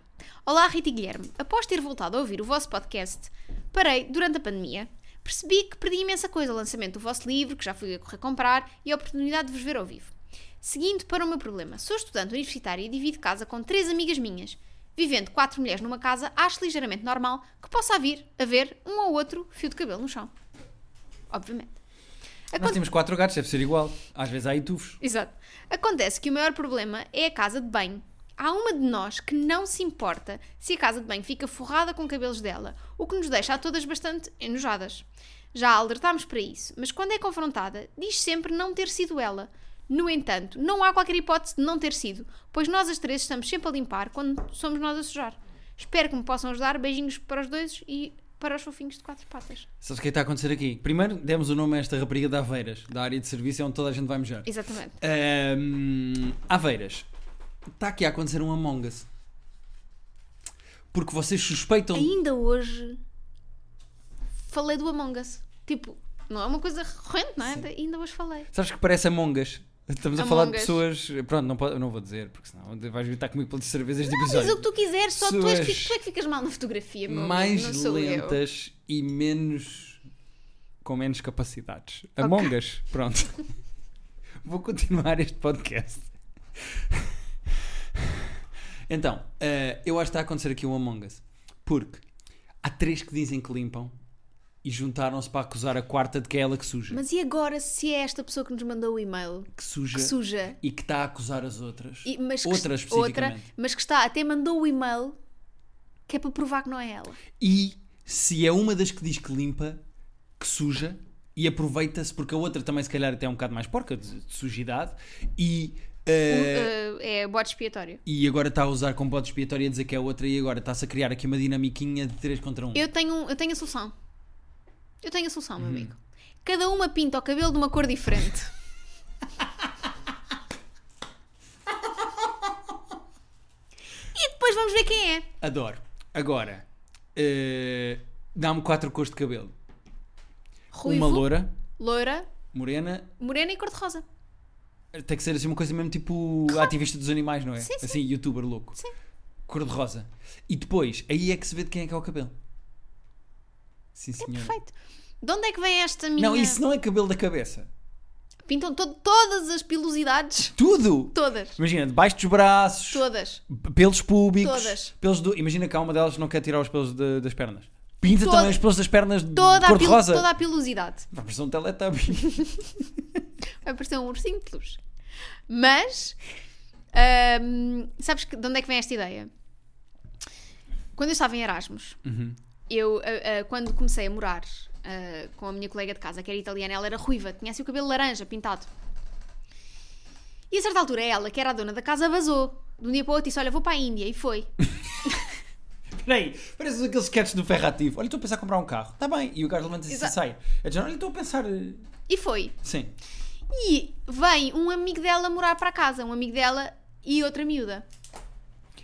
[SPEAKER 1] Olá, Rita e Guilherme. Após ter voltado a ouvir o vosso podcast, parei durante a pandemia. Percebi que perdi imensa coisa o lançamento do vosso livro, que já fui a correr comprar, e a oportunidade de vos ver ao vivo. Seguindo para o meu problema, sou estudante universitária e divido casa com três amigas minhas. Vivendo quatro mulheres numa casa, acho ligeiramente normal que possa vir a ver um ou outro fio de cabelo no chão. Obviamente.
[SPEAKER 2] Nós
[SPEAKER 1] Aconte-
[SPEAKER 2] temos quatro gatos, deve ser igual. Às vezes há itufos.
[SPEAKER 1] Exato. Acontece que o maior problema é a casa de banho. Há uma de nós que não se importa se a casa de banho fica forrada com cabelos dela, o que nos deixa a todas bastante enojadas. Já a alertámos para isso, mas quando é confrontada, diz sempre não ter sido ela. No entanto, não há qualquer hipótese de não ter sido, pois nós as três estamos sempre a limpar quando somos nós a sujar. Espero que me possam ajudar. Beijinhos para os dois e para os fofinhos de quatro patas.
[SPEAKER 2] Sabes o que é que está a acontecer aqui? Primeiro, demos o nome a esta rapariga de Aveiras, da área de serviço, é onde toda a gente vai mejar.
[SPEAKER 1] Exatamente.
[SPEAKER 2] Ahm, Aveiras, está aqui a acontecer um Among Us. Porque vocês suspeitam.
[SPEAKER 1] Ainda hoje falei do Among Us. Tipo, Não é uma coisa recorrente, não é?
[SPEAKER 2] Sim.
[SPEAKER 1] Ainda hoje falei.
[SPEAKER 2] Sabes que parece mongas Estamos a falar de
[SPEAKER 1] Among Us.
[SPEAKER 2] pessoas. Pronto, não, pode- eu não vou dizer, porque senão vais gritar comigo pelas cervejas de
[SPEAKER 1] Diz o
[SPEAKER 2] episódio.
[SPEAKER 1] que tu quiseres, só tu, és que,
[SPEAKER 2] Pessoas
[SPEAKER 1] tu é que ficas mal na fotografia, meu amigo,
[SPEAKER 2] Mais
[SPEAKER 1] não sou eu.
[SPEAKER 2] lentas e menos. com menos capacidades. Among Us, pronto. vou continuar este podcast. Então, eh, eu acho que está a acontecer aqui um Among Us. Porque há três que dizem que limpam e juntaram-se para acusar a quarta de que é ela que suja.
[SPEAKER 1] Mas e agora se é esta pessoa que nos mandou o e-mail
[SPEAKER 2] que suja.
[SPEAKER 1] que suja?
[SPEAKER 2] e que está a acusar as outras.
[SPEAKER 1] E, mas que-
[SPEAKER 2] outras
[SPEAKER 1] outra,
[SPEAKER 2] especificamente.
[SPEAKER 1] mas que está, até mandou o e-mail que é para provar que não é ela.
[SPEAKER 2] E se é uma das que diz que limpa, que suja, e aproveita-se, porque a outra também se calhar até é um bocado mais porca, de, de sujidade, e, eh,
[SPEAKER 1] Uh, é bode expiatório.
[SPEAKER 2] e agora está a usar com bode expiatório a dizer que é outra, e agora está-se a criar aqui uma dinamiquinha de 3 contra 1.
[SPEAKER 1] Eu tenho, um, eu tenho a solução. Eu tenho a solução,
[SPEAKER 2] Uhum.
[SPEAKER 1] meu amigo. Cada uma pinta o cabelo de uma cor diferente. e depois vamos ver quem é.
[SPEAKER 2] Adoro. Agora, eh, dá-me quatro cores de cabelo.
[SPEAKER 1] Ruivo,
[SPEAKER 2] Uma loura,
[SPEAKER 1] loira,
[SPEAKER 2] morena,
[SPEAKER 1] morena e cor-de-rosa.
[SPEAKER 2] tem que ser assim uma coisa mesmo tipo ativista dos animais, não é?
[SPEAKER 1] Sim, sim.
[SPEAKER 2] Assim, youtuber louco.
[SPEAKER 1] Sim.
[SPEAKER 2] Cor-de-rosa. E depois, aí é que se vê de quem é que é o cabelo. Sim,
[SPEAKER 1] É
[SPEAKER 2] senhor.
[SPEAKER 1] perfeito. De onde é que vem esta minha...
[SPEAKER 2] Não, isso não é cabelo da cabeça.
[SPEAKER 1] Pintam to- todas as pilosidades.
[SPEAKER 2] Tudo!
[SPEAKER 1] Todas.
[SPEAKER 2] Imagina, debaixo dos braços,
[SPEAKER 1] Todas.
[SPEAKER 2] p- pelos públicos,
[SPEAKER 1] Todas.
[SPEAKER 2] pelos do... Imagina que há uma delas que não quer tirar os pelos da- das pernas. Pinta
[SPEAKER 1] Toda-
[SPEAKER 2] também os pelos das pernas de
[SPEAKER 1] Toda a, pil-
[SPEAKER 2] cor-de-rosa.
[SPEAKER 1] toda a pilosidade.
[SPEAKER 2] Vai parecer um teletubbie.
[SPEAKER 1] Vai parecer um ursinho de luz. Mas, ahm, sabes que- de onde é que vem esta ideia? Quando eu estava em Erasmus, eu, ah, ah, quando comecei a morar ah, com a minha colega de casa, que era italiana, ela era ruiva, tinha assim o cabelo laranja, pintado. E a certa altura, ela, que era a dona da casa, vazou. De um dia para o outro disse, olha, vou para a Índia. E foi.
[SPEAKER 2] Peraí, parece aqueles sketches do Ferrativo. Olha, estou a pensar em comprar um carro. Está bem. E o gajo levanta-se e
[SPEAKER 1] Exato.
[SPEAKER 2] sai. É de género, olha, estou a pensar... eh,
[SPEAKER 1] E foi.
[SPEAKER 2] Sim.
[SPEAKER 1] E vem um amigo dela morar para casa, um amigo dela e outra miúda.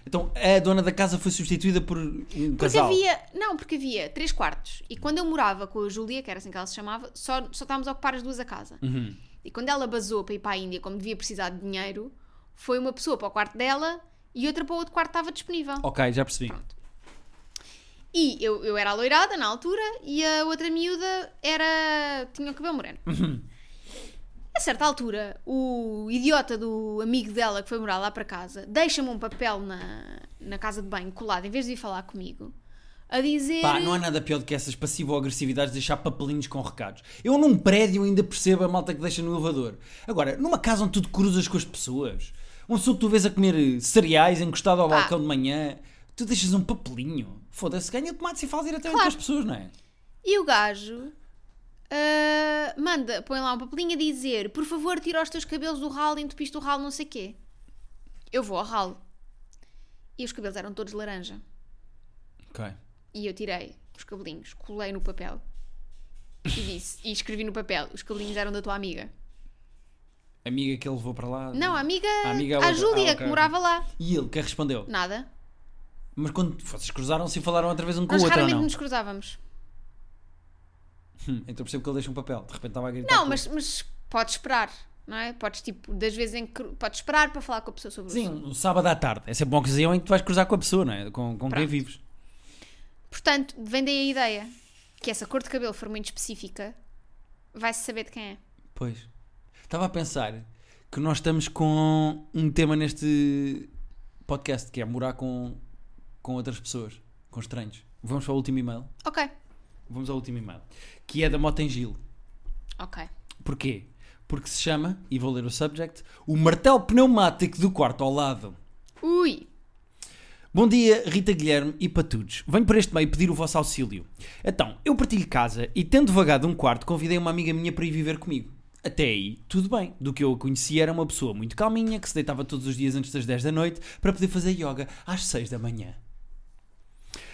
[SPEAKER 2] Então a dona da casa foi substituída por um
[SPEAKER 1] Porque
[SPEAKER 2] casal.
[SPEAKER 1] havia, não, porque havia três quartos. E quando eu morava com a Júlia, que era assim que ela se chamava, só, só estávamos a ocupar as duas a casa.
[SPEAKER 2] Uhum.
[SPEAKER 1] E quando ela basou para ir para a Índia, como devia precisar de dinheiro, foi uma pessoa para o quarto dela e outra para o outro quarto que estava disponível.
[SPEAKER 2] Ok, já percebi.
[SPEAKER 1] E eu, eu era aloirada na altura e a outra miúda era. tinha o cabelo moreno.
[SPEAKER 2] Uhum.
[SPEAKER 1] A certa altura, o idiota do amigo dela que foi morar lá para casa deixa-me um papel na, na casa de banho colado, em vez de vir falar comigo, a dizer.
[SPEAKER 2] Pá, não é há nada pior do que essas passivo-agressividades de deixar papelinhos com recados. Eu num prédio ainda percebo a malta que deixa no elevador. Agora, numa casa onde tu te cruzas com as pessoas, onde só tu vês a comer eh, cereais encostado ao
[SPEAKER 1] Pá.
[SPEAKER 2] balcão de manhã, tu deixas um papelinho. Foda-se, ganha tomate e faz diretamente
[SPEAKER 1] Claro.
[SPEAKER 2] com as pessoas, não é?
[SPEAKER 1] E o gajo ah, manda, põe lá um papelinho a dizer: Por favor, tira os teus cabelos do ralo, entupiste o ralo, não sei quê. Eu vou ao ralo. E os cabelos eram todos laranja.
[SPEAKER 2] Ok.
[SPEAKER 1] E eu tirei os cabelinhos, colei no papel e disse, e escrevi no papel: Os cabelinhos eram da tua amiga.
[SPEAKER 2] Amiga que ele levou para lá.
[SPEAKER 1] Não, a amiga,
[SPEAKER 2] A
[SPEAKER 1] a,
[SPEAKER 2] amiga é outra.
[SPEAKER 1] Júlia,
[SPEAKER 2] Ah, ok,
[SPEAKER 1] que
[SPEAKER 2] ok.
[SPEAKER 1] morava lá.
[SPEAKER 2] E ele, que respondeu?
[SPEAKER 1] Nada.
[SPEAKER 2] Mas quando vocês cruzaram-se e falaram outra vez um com
[SPEAKER 1] Nós
[SPEAKER 2] o outro, ou
[SPEAKER 1] raramente
[SPEAKER 2] não?
[SPEAKER 1] nos cruzávamos.
[SPEAKER 2] Hum, então percebo que ele deixa um papel. De repente estava a gritar.
[SPEAKER 1] Não,
[SPEAKER 2] com-
[SPEAKER 1] mas, mas podes esperar, não é? Podes, tipo, das vezes em que. Podes esperar para falar com a pessoa sobre o
[SPEAKER 2] Sim,
[SPEAKER 1] assunto.
[SPEAKER 2] um sábado à tarde. É sempre uma ocasião em que tu vais cruzar com a pessoa, não é? Com, com quem
[SPEAKER 1] Pronto.
[SPEAKER 2] vives.
[SPEAKER 1] Portanto, vem daí a ideia que essa cor de cabelo for muito específica, vai-se saber de quem é.
[SPEAKER 2] Pois. Estava a pensar que nós estamos com um tema neste podcast, que é morar com, com outras pessoas, com estranhos. Vamos para o último e-mail.
[SPEAKER 1] Ok,
[SPEAKER 2] Vamos ao último e-mail. Que é da Mota em Gil.
[SPEAKER 1] ok.
[SPEAKER 2] Porquê? Porque se chama, e vou ler o subject, o martelo pneumático do quarto ao lado.
[SPEAKER 1] Ui,
[SPEAKER 2] Bom dia, Rita Guilherme e para todos. Venho por este meio pedir o vosso auxílio. Então, eu partilho casa e, tendo vagado um quarto, convidei uma amiga minha para ir viver comigo. Até aí, tudo bem. Do que eu a conheci, era uma pessoa muito calminha que se deitava todos os dias antes das 10 da noite para poder fazer yoga às 6 da manhã.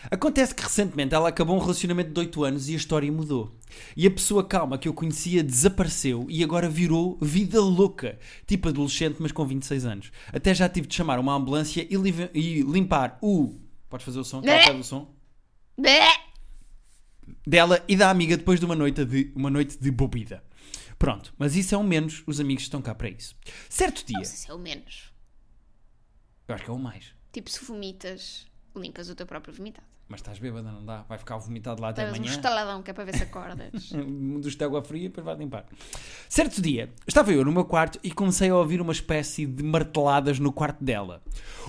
[SPEAKER 2] Acontece que recentemente ela acabou um relacionamento de 8 anos e a história mudou. E a pessoa calma que eu conhecia desapareceu e agora virou vida louca, tipo adolescente, mas com 26 anos. Até já tive de chamar uma ambulância e, liv-
[SPEAKER 1] Né?
[SPEAKER 2] é e limpar o. Podes fazer o som? Está ao pé do som?
[SPEAKER 1] Bé!
[SPEAKER 2] dela e da amiga depois de uma noite de, uma noite de bebida. Pronto, mas isso é o menos, os amigos estão cá para isso. Certo dia,
[SPEAKER 1] Não sei se é o menos.
[SPEAKER 2] eu acho que é o mais,
[SPEAKER 1] Tipo, se vomitas, limpas o teu próprio vomitado.
[SPEAKER 2] mas estás bêbada, não dá, vai ficar vomitado lá até
[SPEAKER 1] Levas um
[SPEAKER 2] amanhã.
[SPEAKER 1] estaladão que é para ver se acordas.
[SPEAKER 2] eh, um dos de água fria depois vai limpar. Certo dia, estava eu no meu quarto e comecei a ouvir uma espécie de marteladas no quarto dela.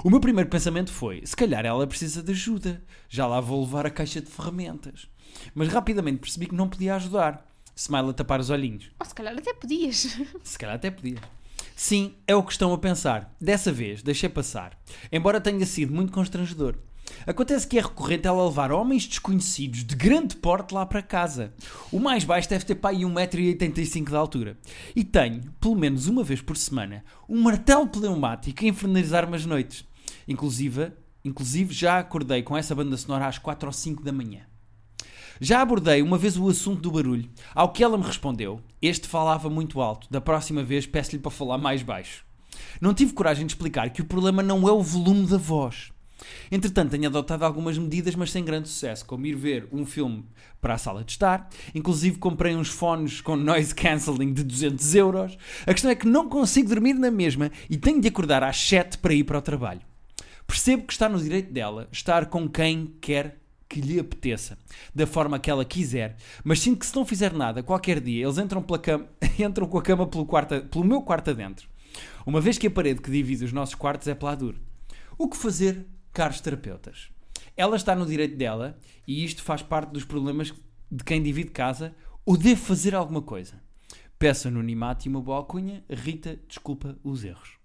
[SPEAKER 2] O meu primeiro pensamento foi: se calhar ela precisa de ajuda, já lá vou levar a caixa de ferramentas. Mas rapidamente percebi que não podia ajudar. Smile a tapar os olhinhos.
[SPEAKER 1] Ou se calhar até podias.
[SPEAKER 2] Se calhar até podia. Sim, é o que estão a pensar. Dessa vez, deixei passar. Embora tenha sido muito constrangedor. Acontece que é recorrente ela levar homens desconhecidos de grande porte lá para casa. O mais baixo deve ter um pá aí 1,85m de altura. E tenho, pelo menos uma vez por semana, um martelo pneumático a infernizar-me as noites. Inclusive, inclusive, já acordei com essa banda sonora às 4 ou 5 da manhã. Já abordei uma vez o assunto do barulho, ao que ela me respondeu: Este falava muito alto, da próxima vez peço-lhe para falar mais baixo. Não tive coragem de explicar que o problema não é o volume da voz. Entretanto, tenho adotado algumas medidas, mas sem grande sucesso, como ir ver um filme para a sala de estar. Inclusive, comprei uns fones com noise cancelling de 200 euros. A questão é que não consigo dormir na mesma e tenho de acordar às 7 para ir para o trabalho. Percebo que está no direito dela estar com quem quer que lhe apeteça, da forma que ela quiser, mas sinto que se não fizer nada, qualquer dia eles entram, pela cama, entram com a cama pelo, quarto, a- pelo meu quarto adentro, uma vez que a parede que divide os nossos quartos é pladur. O que fazer, caros terapeutas? Ela está no direito dela e isto faz parte dos problemas de quem divide casa ou deve fazer alguma coisa. Peço anonimato e uma boa alcunha. Rita, desculpa os erros.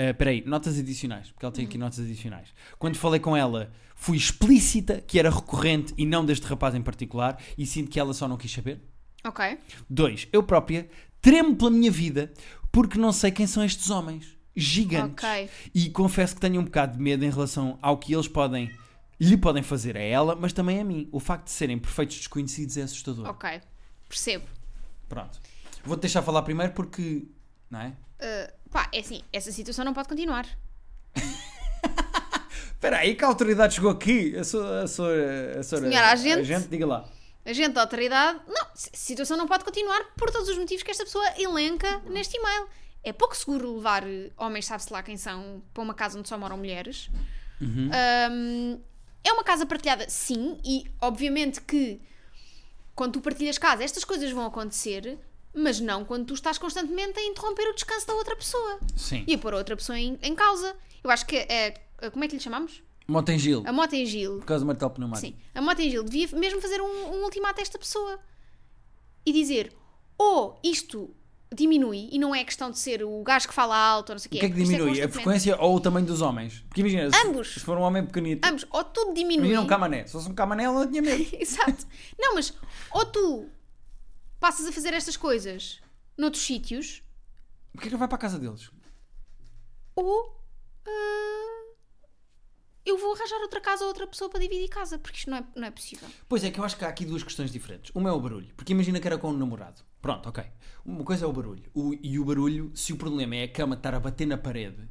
[SPEAKER 2] Uh, peraí, notas adicionais, porque ela tem aqui
[SPEAKER 1] Uhum.
[SPEAKER 2] notas adicionais. Quando falei com ela, fui explícita que era recorrente e não deste rapaz em particular, e sinto que ela só não quis saber.
[SPEAKER 1] ok.
[SPEAKER 2] Dois, eu própria tremo pela minha vida porque não sei quem são estes homens gigantes.
[SPEAKER 1] Ok.
[SPEAKER 2] E confesso que tenho um bocado de medo em relação ao que eles podem lhe podem fazer a ela, mas também a mim. O facto de serem perfeitos desconhecidos é assustador.
[SPEAKER 1] Ok. Percebo.
[SPEAKER 2] Pronto. Vou-te deixar falar primeiro porque, não é?
[SPEAKER 1] Ah, pá, é assim, essa situação não pode continuar.
[SPEAKER 2] Espera aí, que a autoridade chegou aqui. A sua, a sua, a sua-
[SPEAKER 1] Senhora agente?
[SPEAKER 2] diga lá.
[SPEAKER 1] A gente da autoridade. Não, si- situação não pode continuar por todos os motivos que esta pessoa elenca neste e-mail. É pouco seguro levar eh, homens, sabe-se lá quem são, para uma casa onde só moram mulheres. Ahm, é uma casa partilhada, sim, e obviamente que quando tu partilhas casa, estas coisas vão acontecer, mas não quando tu estás constantemente a interromper o descanso da outra pessoa
[SPEAKER 2] Sim.
[SPEAKER 1] e a pôr a outra pessoa em, em causa. Eu acho que é. é- Como é que lhe chamamos?
[SPEAKER 2] Motengil,
[SPEAKER 1] A Mota em Gil.
[SPEAKER 2] por causa do martelo pneumático.
[SPEAKER 1] Sim, a Mota em Gil devia mesmo fazer um, um ultimato a esta pessoa e dizer: ou isto diminui, e não é questão de ser o gajo que fala alto, ou não sei o
[SPEAKER 2] O que é que
[SPEAKER 1] porque isto
[SPEAKER 2] diminui? a
[SPEAKER 1] constantemente.
[SPEAKER 2] frequência ou o tamanho dos homens? Porque imagina, se-
[SPEAKER 1] Ambos.
[SPEAKER 2] se for um homem pequenito,
[SPEAKER 1] Ambos, ou tudo diminui.
[SPEAKER 2] imagina um camané. Se fosse um camané, ela tinha medo.
[SPEAKER 1] Exato. Não, mas ou tu passas a fazer estas coisas noutros sítios,
[SPEAKER 2] Porquê que não vai para a casa deles?
[SPEAKER 1] ou ah, eu vou arranjar outra casa ou outra pessoa para dividir casa, porque isto não é, não é possível.
[SPEAKER 2] Pois é, que eu acho que há aqui duas questões diferentes. Uma é o barulho, porque imagina que era com um namorado. Pronto, ok. Uma coisa é o barulho. O- e o barulho, se o problema é a cama estar a bater na parede,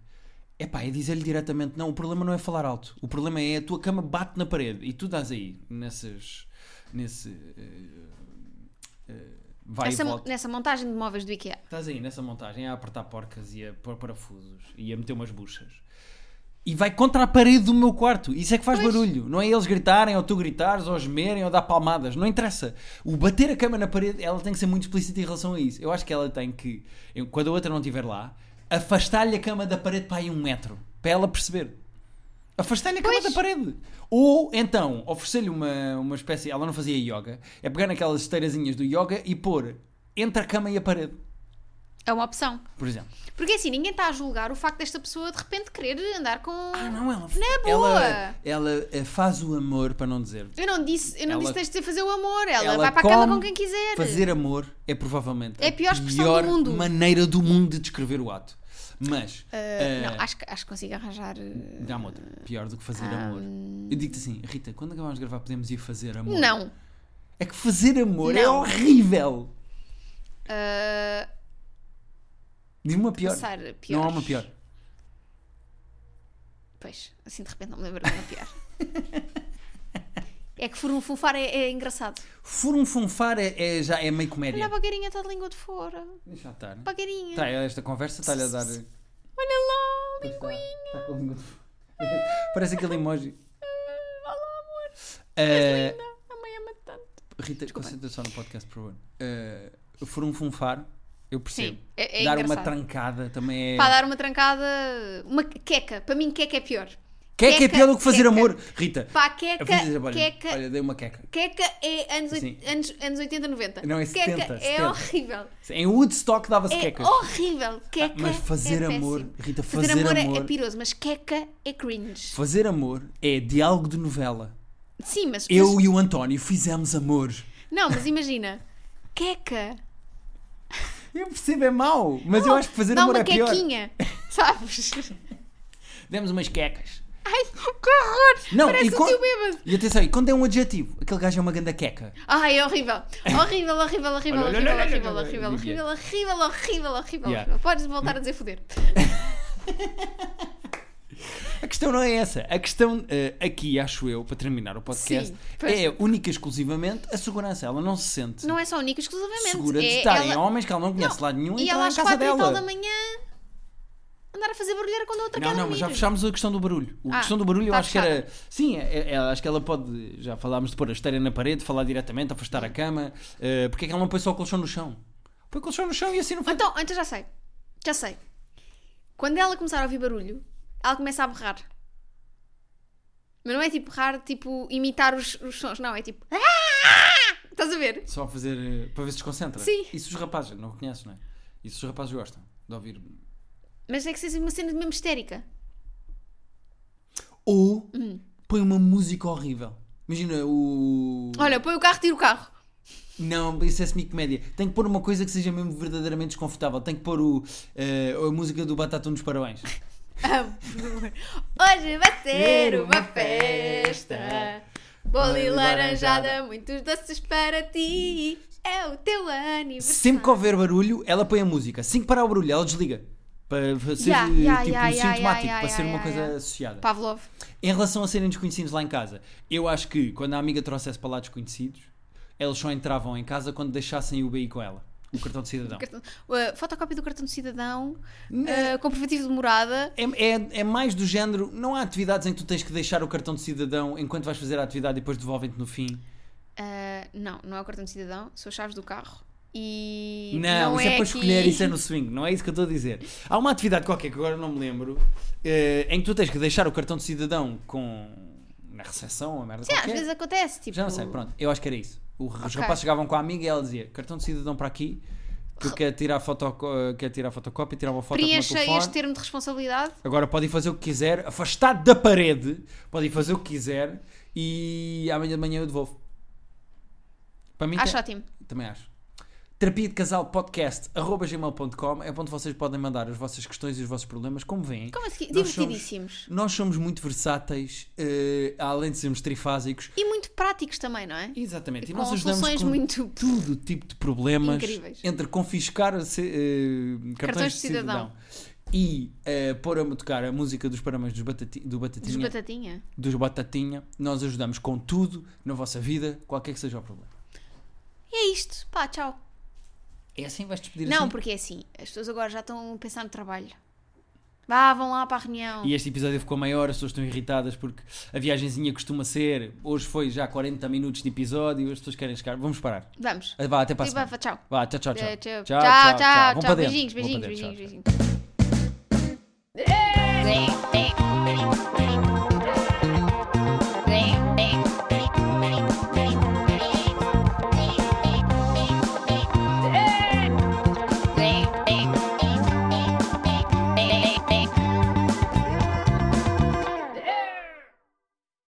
[SPEAKER 2] é pá, é dizer-lhe diretamente: não, o problema não é falar alto. O problema é a tua cama bate na parede e tu estás aí, nessas. nesse. eh, eh, vai
[SPEAKER 1] Essa-
[SPEAKER 2] e volta.
[SPEAKER 1] nessa montagem de móveis do IKEA.
[SPEAKER 2] Estás aí nessa montagem a apertar porcas e a pôr parafusos e a meter umas buchas. E vai contra a parede do meu quarto. Isso é que faz
[SPEAKER 1] Pois.
[SPEAKER 2] barulho. Não é eles gritarem, ou tu gritares, ou gemerem, ou dar palmadas. Não interessa. O bater a cama na parede, ela tem que ser muito explícita em relação a isso. Eu acho que ela tem que, eu- quando a outra não estiver lá, afastar-lhe a cama da parede para aí um metro. Para ela perceber. Afastar-lhe a cama
[SPEAKER 1] Pois.
[SPEAKER 2] da parede. Ou então, oferecer-lhe uma, uma espécie. Ela não fazia yoga. É pegar naquelas esteirazinhas do yoga e pôr entre a cama e a parede.
[SPEAKER 1] É uma opção.
[SPEAKER 2] Por exemplo.
[SPEAKER 1] Porque assim, ninguém está a julgar o facto desta pessoa de repente querer andar com.
[SPEAKER 2] Ah, não, ela.
[SPEAKER 1] é boa.
[SPEAKER 2] Ela, ela, eh, faz o amor, para não dizer.
[SPEAKER 1] Eu não disse, eu não
[SPEAKER 2] Ela-
[SPEAKER 1] disse que tens de fazer o amor, ela,
[SPEAKER 2] ela
[SPEAKER 1] vai para a cama
[SPEAKER 2] come-
[SPEAKER 1] com quem quiser.
[SPEAKER 2] Fazer amor é provavelmente
[SPEAKER 1] É a pior expressão do mundo.
[SPEAKER 2] maneira do mundo de descrever o ato. Mas.
[SPEAKER 1] Ah,
[SPEAKER 2] eh,
[SPEAKER 1] Não, acho, que- acho que consigo arranjar. eh,
[SPEAKER 2] dá-me outra. Pior do que fazer
[SPEAKER 1] ah,
[SPEAKER 2] amor. Eu digo-te assim, Rita, quando acabarmos de gravar, podemos ir fazer amor.
[SPEAKER 1] hum. Não.
[SPEAKER 2] É que fazer amor é
[SPEAKER 1] Não.
[SPEAKER 2] horrível.
[SPEAKER 1] Ah,
[SPEAKER 2] Diz-me uma pior.
[SPEAKER 1] pensar
[SPEAKER 2] Não há
[SPEAKER 1] piores.
[SPEAKER 2] uma pior.
[SPEAKER 1] Pois, assim de repente não me lembro de uma pior. É que furunfunfar é, é engraçado.
[SPEAKER 2] Furunfunfar é, é, já é meio
[SPEAKER 1] Olha
[SPEAKER 2] comédia.
[SPEAKER 1] a bagueirinha está de língua de fora.
[SPEAKER 2] Já está, né?
[SPEAKER 1] Bagueirinha.
[SPEAKER 2] Tá, esta conversa está-lhe a dar.
[SPEAKER 1] Olha lá,
[SPEAKER 2] Pois está,
[SPEAKER 1] linguinha.
[SPEAKER 2] está com a língua de fora. Parece aquele emoji.
[SPEAKER 1] Olha lá, Ah, amor. Ah, é
[SPEAKER 2] Eh,
[SPEAKER 1] Linda. A mãe ama-te tanto.
[SPEAKER 2] Rita, concentra-se no podcast, por favor. Eh, furunfunfar, eu percebo.
[SPEAKER 1] Sim, é, é
[SPEAKER 2] dar uma
[SPEAKER 1] engraçado.
[SPEAKER 2] trancada também é.
[SPEAKER 1] Para dar uma trancada, uma queca. Para mim, queca é pior.
[SPEAKER 2] Que é que é
[SPEAKER 1] queca,
[SPEAKER 2] pior do que fazer
[SPEAKER 1] queca.
[SPEAKER 2] amor? Rita,
[SPEAKER 1] Pá,
[SPEAKER 2] eu
[SPEAKER 1] queca,
[SPEAKER 2] vou dizer, olha,
[SPEAKER 1] queca,
[SPEAKER 2] olha, dei uma queca.
[SPEAKER 1] queca é anos, oit-
[SPEAKER 2] Sim.
[SPEAKER 1] anos, anos 80, 90.
[SPEAKER 2] Não, é
[SPEAKER 1] queca
[SPEAKER 2] 70,
[SPEAKER 1] é
[SPEAKER 2] 70.
[SPEAKER 1] horrível.
[SPEAKER 2] Em Woodstock dava-se
[SPEAKER 1] É
[SPEAKER 2] quecas.
[SPEAKER 1] horrível. Queca
[SPEAKER 2] Ah, Mas fazer
[SPEAKER 1] é
[SPEAKER 2] amor,
[SPEAKER 1] péssimo.
[SPEAKER 2] Rita,
[SPEAKER 1] Fazer,
[SPEAKER 2] fazer,
[SPEAKER 1] amor, é-
[SPEAKER 2] amor.
[SPEAKER 1] é piroso, mas queca é cringe.
[SPEAKER 2] Fazer amor é diálogo de novela.
[SPEAKER 1] Sim, mas, mas-
[SPEAKER 2] Eu e o António fizemos amor.
[SPEAKER 1] Não, mas imagina. Queca.
[SPEAKER 2] Eu percebo, é mau, mas eu acho que fazer
[SPEAKER 1] Dá
[SPEAKER 2] amor
[SPEAKER 1] uma
[SPEAKER 2] é pior.
[SPEAKER 1] quequinha. Sabes?
[SPEAKER 2] Demos umas quecas.
[SPEAKER 1] Ai, que horror.
[SPEAKER 2] Não,
[SPEAKER 1] Parece
[SPEAKER 2] e,
[SPEAKER 1] o
[SPEAKER 2] quan-
[SPEAKER 1] teu bêbado.
[SPEAKER 2] e atenção, e quando é um adjetivo, aquele gajo é uma ganda queca.
[SPEAKER 1] Ai, é horrível. Horrível, horrível, horrível,
[SPEAKER 2] Olha,
[SPEAKER 1] horrível,
[SPEAKER 2] olha,
[SPEAKER 1] horrível,
[SPEAKER 2] olha, olha, olha,
[SPEAKER 1] horrível,
[SPEAKER 2] Olivia.
[SPEAKER 1] horrível, horrível, horrível, horrível,
[SPEAKER 2] Yeah.
[SPEAKER 1] horrível. Podes voltar a dizer foder.
[SPEAKER 2] A questão não é essa. A questão eh, aqui, acho eu, para terminar o podcast,
[SPEAKER 1] Sim, pois.
[SPEAKER 2] é única e exclusivamente a segurança. Ela não se sente
[SPEAKER 1] Não é só única exclusivamente.
[SPEAKER 2] segura de
[SPEAKER 1] é
[SPEAKER 2] estar em
[SPEAKER 1] ela-
[SPEAKER 2] homens que ela não conhece
[SPEAKER 1] Não,
[SPEAKER 2] lado nenhum e,
[SPEAKER 1] E
[SPEAKER 2] está
[SPEAKER 1] ela
[SPEAKER 2] lá em
[SPEAKER 1] às
[SPEAKER 2] casa
[SPEAKER 1] quatro e tal
[SPEAKER 2] dela.
[SPEAKER 1] da manhã andar a fazer barulheira quando a outra
[SPEAKER 2] Não,
[SPEAKER 1] quer
[SPEAKER 2] não,
[SPEAKER 1] dormir.
[SPEAKER 2] mas já fechámos a questão do barulho. A
[SPEAKER 1] Ah,
[SPEAKER 2] questão do barulho eu
[SPEAKER 1] tá
[SPEAKER 2] acho que era. Sim, é- é- acho que ela pode. Já falámos de pôr a esteira na parede, falar diretamente, afastar a cama. eh, porque é que ela não põe só o colchão no chão? Põe o colchão no chão e assim não foi.
[SPEAKER 1] Então, então já sei. Já sei. Quando ela começar a ouvir barulho, ela começa a berrar. Mas não é tipo berrar, tipo imitar os, os sons, não, é tipo. "Ah!" Estás a ver?
[SPEAKER 2] Só a fazer. eh, para ver se desconcentra.
[SPEAKER 1] Sim.
[SPEAKER 2] Isso os rapazes, não conheces, não é? Isso os rapazes gostam de ouvir.
[SPEAKER 1] Mas é que seja uma cena mesmo histérica.
[SPEAKER 2] Ou
[SPEAKER 1] Hum.
[SPEAKER 2] põe uma música horrível. Imagina o.
[SPEAKER 1] Olha, põe o carro, tira o carro.
[SPEAKER 2] Não, isso é semi-comédia. Tem que pôr uma coisa que seja mesmo verdadeiramente desconfortável. Tem que pôr o, eh, a música do Batatão dos Parabéns.
[SPEAKER 1] Hoje vai ser uma festa. Bolo e laranjada, muitos doces para ti. É o teu aniversário.
[SPEAKER 2] Sempre que houver barulho, ela põe a música. Assim que parar o barulho, ela desliga. Para para ser
[SPEAKER 1] Yeah,
[SPEAKER 2] eh,
[SPEAKER 1] yeah,
[SPEAKER 2] tipo
[SPEAKER 1] yeah, yeah,
[SPEAKER 2] sintomático,
[SPEAKER 1] yeah,
[SPEAKER 2] para ser
[SPEAKER 1] yeah,
[SPEAKER 2] uma coisa
[SPEAKER 1] yeah.
[SPEAKER 2] associada.
[SPEAKER 1] Pavlov.
[SPEAKER 2] Em relação a serem desconhecidos lá em casa, eu acho que quando a amiga trouxesse para lá desconhecidos, eles só entravam em casa quando deixassem o BI com ela. O cartão de cidadão.
[SPEAKER 1] Cartão- uh, fotocópia do cartão de cidadão,
[SPEAKER 2] Não.
[SPEAKER 1] uh, comprovativo de morada.
[SPEAKER 2] É, é- é mais do género, não há atividades em que tu tens que deixar o cartão de cidadão enquanto vais fazer a atividade e depois devolvem-te no fim.
[SPEAKER 1] Uh, não, não é o cartão de cidadão, são as chaves do carro. E.
[SPEAKER 2] Não, isso é, para
[SPEAKER 1] aqui-
[SPEAKER 2] escolher, isso é no swing, não é isso que eu estou a dizer. Há uma atividade qualquer que agora não me lembro, eh, em que tu tens que deixar o cartão de cidadão com na recepção ou merda
[SPEAKER 1] Sim, às
[SPEAKER 2] qualquer.
[SPEAKER 1] vezes acontece. Tipo,
[SPEAKER 2] Já não sei, pronto, eu acho que era isso. O- Os
[SPEAKER 1] Ok.
[SPEAKER 2] rapazes chegavam com a amiga e ela dizia: cartão de cidadão para aqui, que eu quero tirar, foto, quero tirar fotocópia, tirar uma foto com o
[SPEAKER 1] Preencha
[SPEAKER 2] meu telefone.
[SPEAKER 1] este termo de responsabilidade.
[SPEAKER 2] Agora pode ir fazer o que quiser, afastado da parede, pode ir fazer o que quiser e amanhã de manhã eu devolvo. Para mim,
[SPEAKER 1] Acho
[SPEAKER 2] tem-
[SPEAKER 1] ótimo.
[SPEAKER 2] também acho. Terapia de Casal Podcast, arroba gmail.com, é onde vocês podem mandar as vossas questões e os vossos problemas, como veem.
[SPEAKER 1] Como assim?
[SPEAKER 2] nós somos-
[SPEAKER 1] Divertidíssimos.
[SPEAKER 2] Nós somos muito versáteis, eh, além de sermos trifásicos.
[SPEAKER 1] E muito práticos também, não é?
[SPEAKER 2] Exatamente. E
[SPEAKER 1] Com
[SPEAKER 2] nós ajudamos
[SPEAKER 1] soluções
[SPEAKER 2] com
[SPEAKER 1] muito-
[SPEAKER 2] todo tipo de problemas.
[SPEAKER 1] Incríveis.
[SPEAKER 2] Entre confiscar a se- eh, cartões,
[SPEAKER 1] Cartões
[SPEAKER 2] de
[SPEAKER 1] de
[SPEAKER 2] cidadão, e eh, pôr a tocar a música dos parabéns dos batati, do
[SPEAKER 1] Dos
[SPEAKER 2] Batatinha.
[SPEAKER 1] batatinha.
[SPEAKER 2] Dos Batatinha. Nós ajudamos com tudo na vossa vida, qualquer que seja o problema.
[SPEAKER 1] E é isto. Pá, tchau.
[SPEAKER 2] É assim que vais despedir
[SPEAKER 1] Não,
[SPEAKER 2] assim?
[SPEAKER 1] porque é assim. As pessoas agora já estão a pensar no trabalho. Vá, vão lá para a reunião.
[SPEAKER 2] E é- este episódio ficou maior, as pessoas estão irritadas porque a viagenzinha costuma ser. Hoje foi já 40 minutos de episódio, as pessoas querem chegar. Vamos parar.
[SPEAKER 1] Vamos.
[SPEAKER 2] Vá, até para a
[SPEAKER 1] E vá,
[SPEAKER 2] semana.
[SPEAKER 1] vá, tchau.
[SPEAKER 2] Vá, tchau, tchau. Tchau,
[SPEAKER 1] Tchau, tchau,
[SPEAKER 2] Vão
[SPEAKER 1] tchau.
[SPEAKER 2] para dentro.
[SPEAKER 1] Beijinhos,
[SPEAKER 2] Vão para
[SPEAKER 1] beijinhos,
[SPEAKER 2] dentro. Tchau, tchau.
[SPEAKER 1] beijinhos, beijinhos.